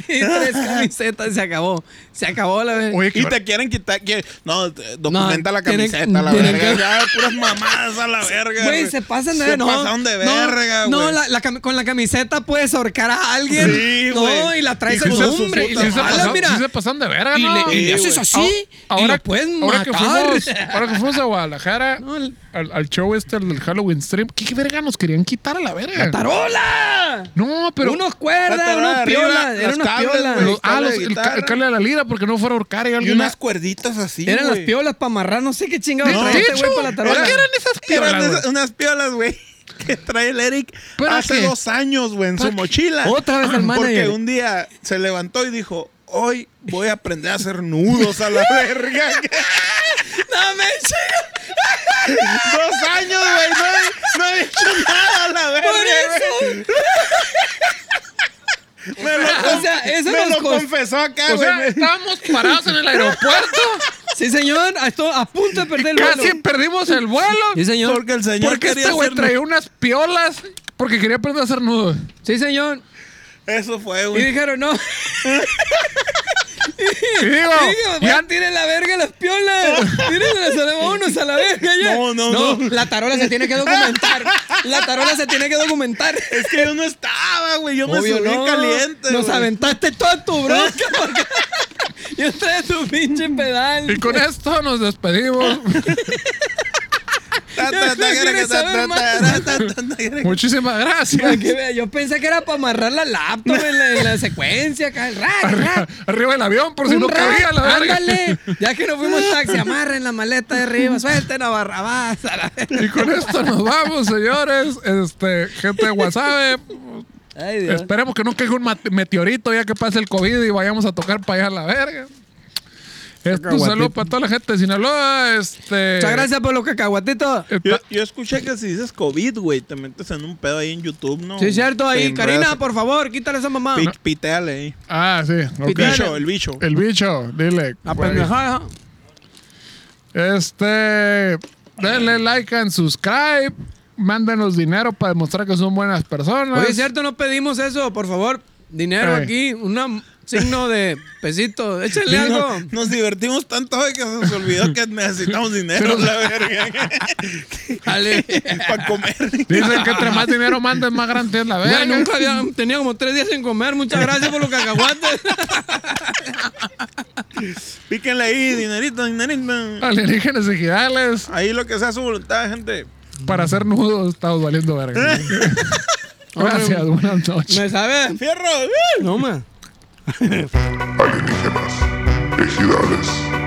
[SPEAKER 4] y tres camisetas. Se acabó. Se acabó la vez.
[SPEAKER 2] Oye, qué
[SPEAKER 3] Y
[SPEAKER 2] bar-
[SPEAKER 3] te quieren quitar. que- No, te- documenta la
[SPEAKER 4] tienen-
[SPEAKER 3] camiseta, la
[SPEAKER 4] tienen
[SPEAKER 3] verga.
[SPEAKER 4] que-
[SPEAKER 3] Ya, puras mamadas a la verga.
[SPEAKER 4] Güey, se pasan de
[SPEAKER 3] Se
[SPEAKER 4] no,
[SPEAKER 3] pasaron de verga,
[SPEAKER 4] no, No,
[SPEAKER 3] güey.
[SPEAKER 4] la- la cam- con la camiseta puedes ahorcar a alguien.
[SPEAKER 3] Sí,
[SPEAKER 4] No,
[SPEAKER 3] güey.
[SPEAKER 4] y la traes
[SPEAKER 3] Y
[SPEAKER 4] al
[SPEAKER 3] si se
[SPEAKER 4] hombre.
[SPEAKER 3] puta
[SPEAKER 4] Y
[SPEAKER 2] Sí
[SPEAKER 4] se
[SPEAKER 2] se,
[SPEAKER 3] mala,
[SPEAKER 4] pasan,
[SPEAKER 2] pasan,
[SPEAKER 4] mira.
[SPEAKER 2] sí se pasan de verga,
[SPEAKER 4] Y le-
[SPEAKER 2] ¿no?
[SPEAKER 4] y le haces
[SPEAKER 2] güey.
[SPEAKER 4] así,
[SPEAKER 2] Ah,
[SPEAKER 4] y lo pueden
[SPEAKER 2] ahora que
[SPEAKER 4] matar.
[SPEAKER 2] fuimos, ahora que fuimos a Guadalajara
[SPEAKER 4] [LAUGHS] No, el-
[SPEAKER 2] al, al show este, al del Halloween Stream, ¿qué, verga nos querían quitar a la verga?
[SPEAKER 4] ¡Tarola!
[SPEAKER 2] No, pero...
[SPEAKER 4] unos
[SPEAKER 3] La
[SPEAKER 4] cuerdas,
[SPEAKER 3] tarola
[SPEAKER 4] unos
[SPEAKER 3] de arriba,
[SPEAKER 4] piolas. Eran
[SPEAKER 3] las
[SPEAKER 4] unas
[SPEAKER 3] cables,
[SPEAKER 4] piolas.
[SPEAKER 3] güey.
[SPEAKER 2] los- ah, los- el,
[SPEAKER 3] guitarra.
[SPEAKER 2] ca- el cable de la lira, porque no fuera a ahorcar. Y
[SPEAKER 3] Y
[SPEAKER 2] alguien
[SPEAKER 3] unas cuerditas así.
[SPEAKER 4] Eran las
[SPEAKER 3] güey.
[SPEAKER 4] piolas para amarrar, no sé qué chingado
[SPEAKER 3] No,
[SPEAKER 4] traía este güey para la tarola.
[SPEAKER 2] ¿Por qué eran esas
[SPEAKER 3] Eran
[SPEAKER 2] piedras,
[SPEAKER 3] esas-
[SPEAKER 2] güey?
[SPEAKER 3] unas piolas, güey. [LAUGHS] Que trae el Eric
[SPEAKER 2] ¿Para
[SPEAKER 3] hace
[SPEAKER 2] qué?
[SPEAKER 3] dos años, güey, en su
[SPEAKER 4] qué?
[SPEAKER 3] mochila.
[SPEAKER 4] Otra vez al
[SPEAKER 3] [CLEARS THROAT]
[SPEAKER 4] manager.
[SPEAKER 3] Porque un día se levantó y dijo: Hoy voy a aprender a hacer nudos a la [LAUGHS] verga.
[SPEAKER 4] [LAUGHS] No, me chingas.
[SPEAKER 3] dos años, güey. No, he- no he hecho nada a la verga.
[SPEAKER 4] Por
[SPEAKER 3] güey. Me lo,
[SPEAKER 4] O sea,
[SPEAKER 3] conf-
[SPEAKER 4] eso
[SPEAKER 3] me
[SPEAKER 4] nos
[SPEAKER 3] lo
[SPEAKER 4] cos-
[SPEAKER 3] confesó acá,
[SPEAKER 2] O
[SPEAKER 3] güey.
[SPEAKER 2] sea, estábamos parados
[SPEAKER 4] [LAUGHS]
[SPEAKER 2] en el aeropuerto,
[SPEAKER 4] Sí, señor. A, esto, a punto de perder el vuelo.
[SPEAKER 2] casi perdimos el vuelo.
[SPEAKER 4] Sí, señor.
[SPEAKER 3] porque el señor
[SPEAKER 2] Porque
[SPEAKER 3] quería
[SPEAKER 2] este güey
[SPEAKER 3] hacer-
[SPEAKER 2] traía unas piolas porque quería aprender a hacer nudos.
[SPEAKER 4] Sí, señor.
[SPEAKER 3] Eso fue,
[SPEAKER 4] Y
[SPEAKER 3] güey.
[SPEAKER 4] dijeron, no.
[SPEAKER 2] Y digo,
[SPEAKER 4] Digo,
[SPEAKER 2] ya-
[SPEAKER 4] ya tiren la verga las piolas. Tírenlas a la- vámonos a la verga ya.
[SPEAKER 3] No, no, no.
[SPEAKER 4] La tarola se tiene que documentar. La tarola se tiene que documentar.
[SPEAKER 3] Es que yo no estaba, güey. Yo me
[SPEAKER 4] Obvio,
[SPEAKER 3] subí
[SPEAKER 4] no.
[SPEAKER 3] caliente.
[SPEAKER 4] Nos
[SPEAKER 3] güey.
[SPEAKER 4] aventaste toda tu bronca. porque- Yo traía tu pinche pedal.
[SPEAKER 2] y con esto nos
[SPEAKER 4] [LAUGHS]
[SPEAKER 2] despedimos.
[SPEAKER 3] Ta, ta, ta,
[SPEAKER 4] Ya quieres
[SPEAKER 3] ta, ta,
[SPEAKER 4] saber más.
[SPEAKER 3] ta, ta, ta, ta, ta, ta.
[SPEAKER 2] Muchísimas gracias.
[SPEAKER 4] Para que vea, Yo pensé que era para amarrar la laptop en la, en la secuencia. acá, el rack, el rack.
[SPEAKER 2] Arriba del avión, por [LAUGHS] si
[SPEAKER 4] Un
[SPEAKER 2] no
[SPEAKER 4] rack,
[SPEAKER 2] cabía la verga.
[SPEAKER 4] ándale. Ya que nos fuimos taxi, amarren la maleta de arriba, suelten a Barrabás. a la verga.
[SPEAKER 2] Y con esto nos vamos, señores. Este, gente de WhatsApp,
[SPEAKER 4] Ay, Dios.
[SPEAKER 2] esperemos que no caiga un mate- meteorito ya que pase el COVID y vayamos a tocar para allá a la verga. Este, un
[SPEAKER 3] Cacahuatito.
[SPEAKER 2] saludo para toda la gente de Sinaloa. Este, eh,
[SPEAKER 4] Muchas gracias por los cacahuatitos.
[SPEAKER 2] Está-
[SPEAKER 3] Yo, yo escuché que si dices COVID, güey, te metes en un pedo ahí en YouTube, ¿no?
[SPEAKER 4] Sí, es cierto, ahí.
[SPEAKER 3] Te
[SPEAKER 4] Karina,
[SPEAKER 3] enredas.
[SPEAKER 4] por favor, quítale esa mamá.
[SPEAKER 3] Pi- Piteale ahí.
[SPEAKER 2] Ah, sí. ok.
[SPEAKER 3] El bicho, el bicho.
[SPEAKER 2] El bicho, dile.
[SPEAKER 4] La
[SPEAKER 2] güey.
[SPEAKER 4] pendejada.
[SPEAKER 2] Este, denle like and subscribe. Mándenos dinero para demostrar que son buenas personas.
[SPEAKER 4] Oye, es cierto, no pedimos eso, por favor. Dinero
[SPEAKER 2] Ey.
[SPEAKER 4] aquí, un signo de pesito. Échale
[SPEAKER 3] No,
[SPEAKER 4] algo.
[SPEAKER 3] nos divertimos tanto hoy que se nos olvidó que necesitamos dinero, la verga. [LAUGHS]
[SPEAKER 4] Dale.
[SPEAKER 3] Para comer.
[SPEAKER 2] Dicen que entre más dinero mandes, más grande es la verga.
[SPEAKER 4] Güey, nunca había tenía como tres días sin comer. Muchas gracias por los cacahuates.
[SPEAKER 3] Píquenle ahí, dinerito, dinerito.
[SPEAKER 2] Alienígenas ejidales
[SPEAKER 3] Ahí lo que sea su voluntad, gente.
[SPEAKER 2] para hacer nudos, estamos valiendo
[SPEAKER 4] [LAUGHS]
[SPEAKER 2] verga. Gracias, buenas noches.
[SPEAKER 4] Me sabe.
[SPEAKER 3] ¡Fierro! ¡Uh!
[SPEAKER 4] No, man.
[SPEAKER 1] alienígenas, ejidales.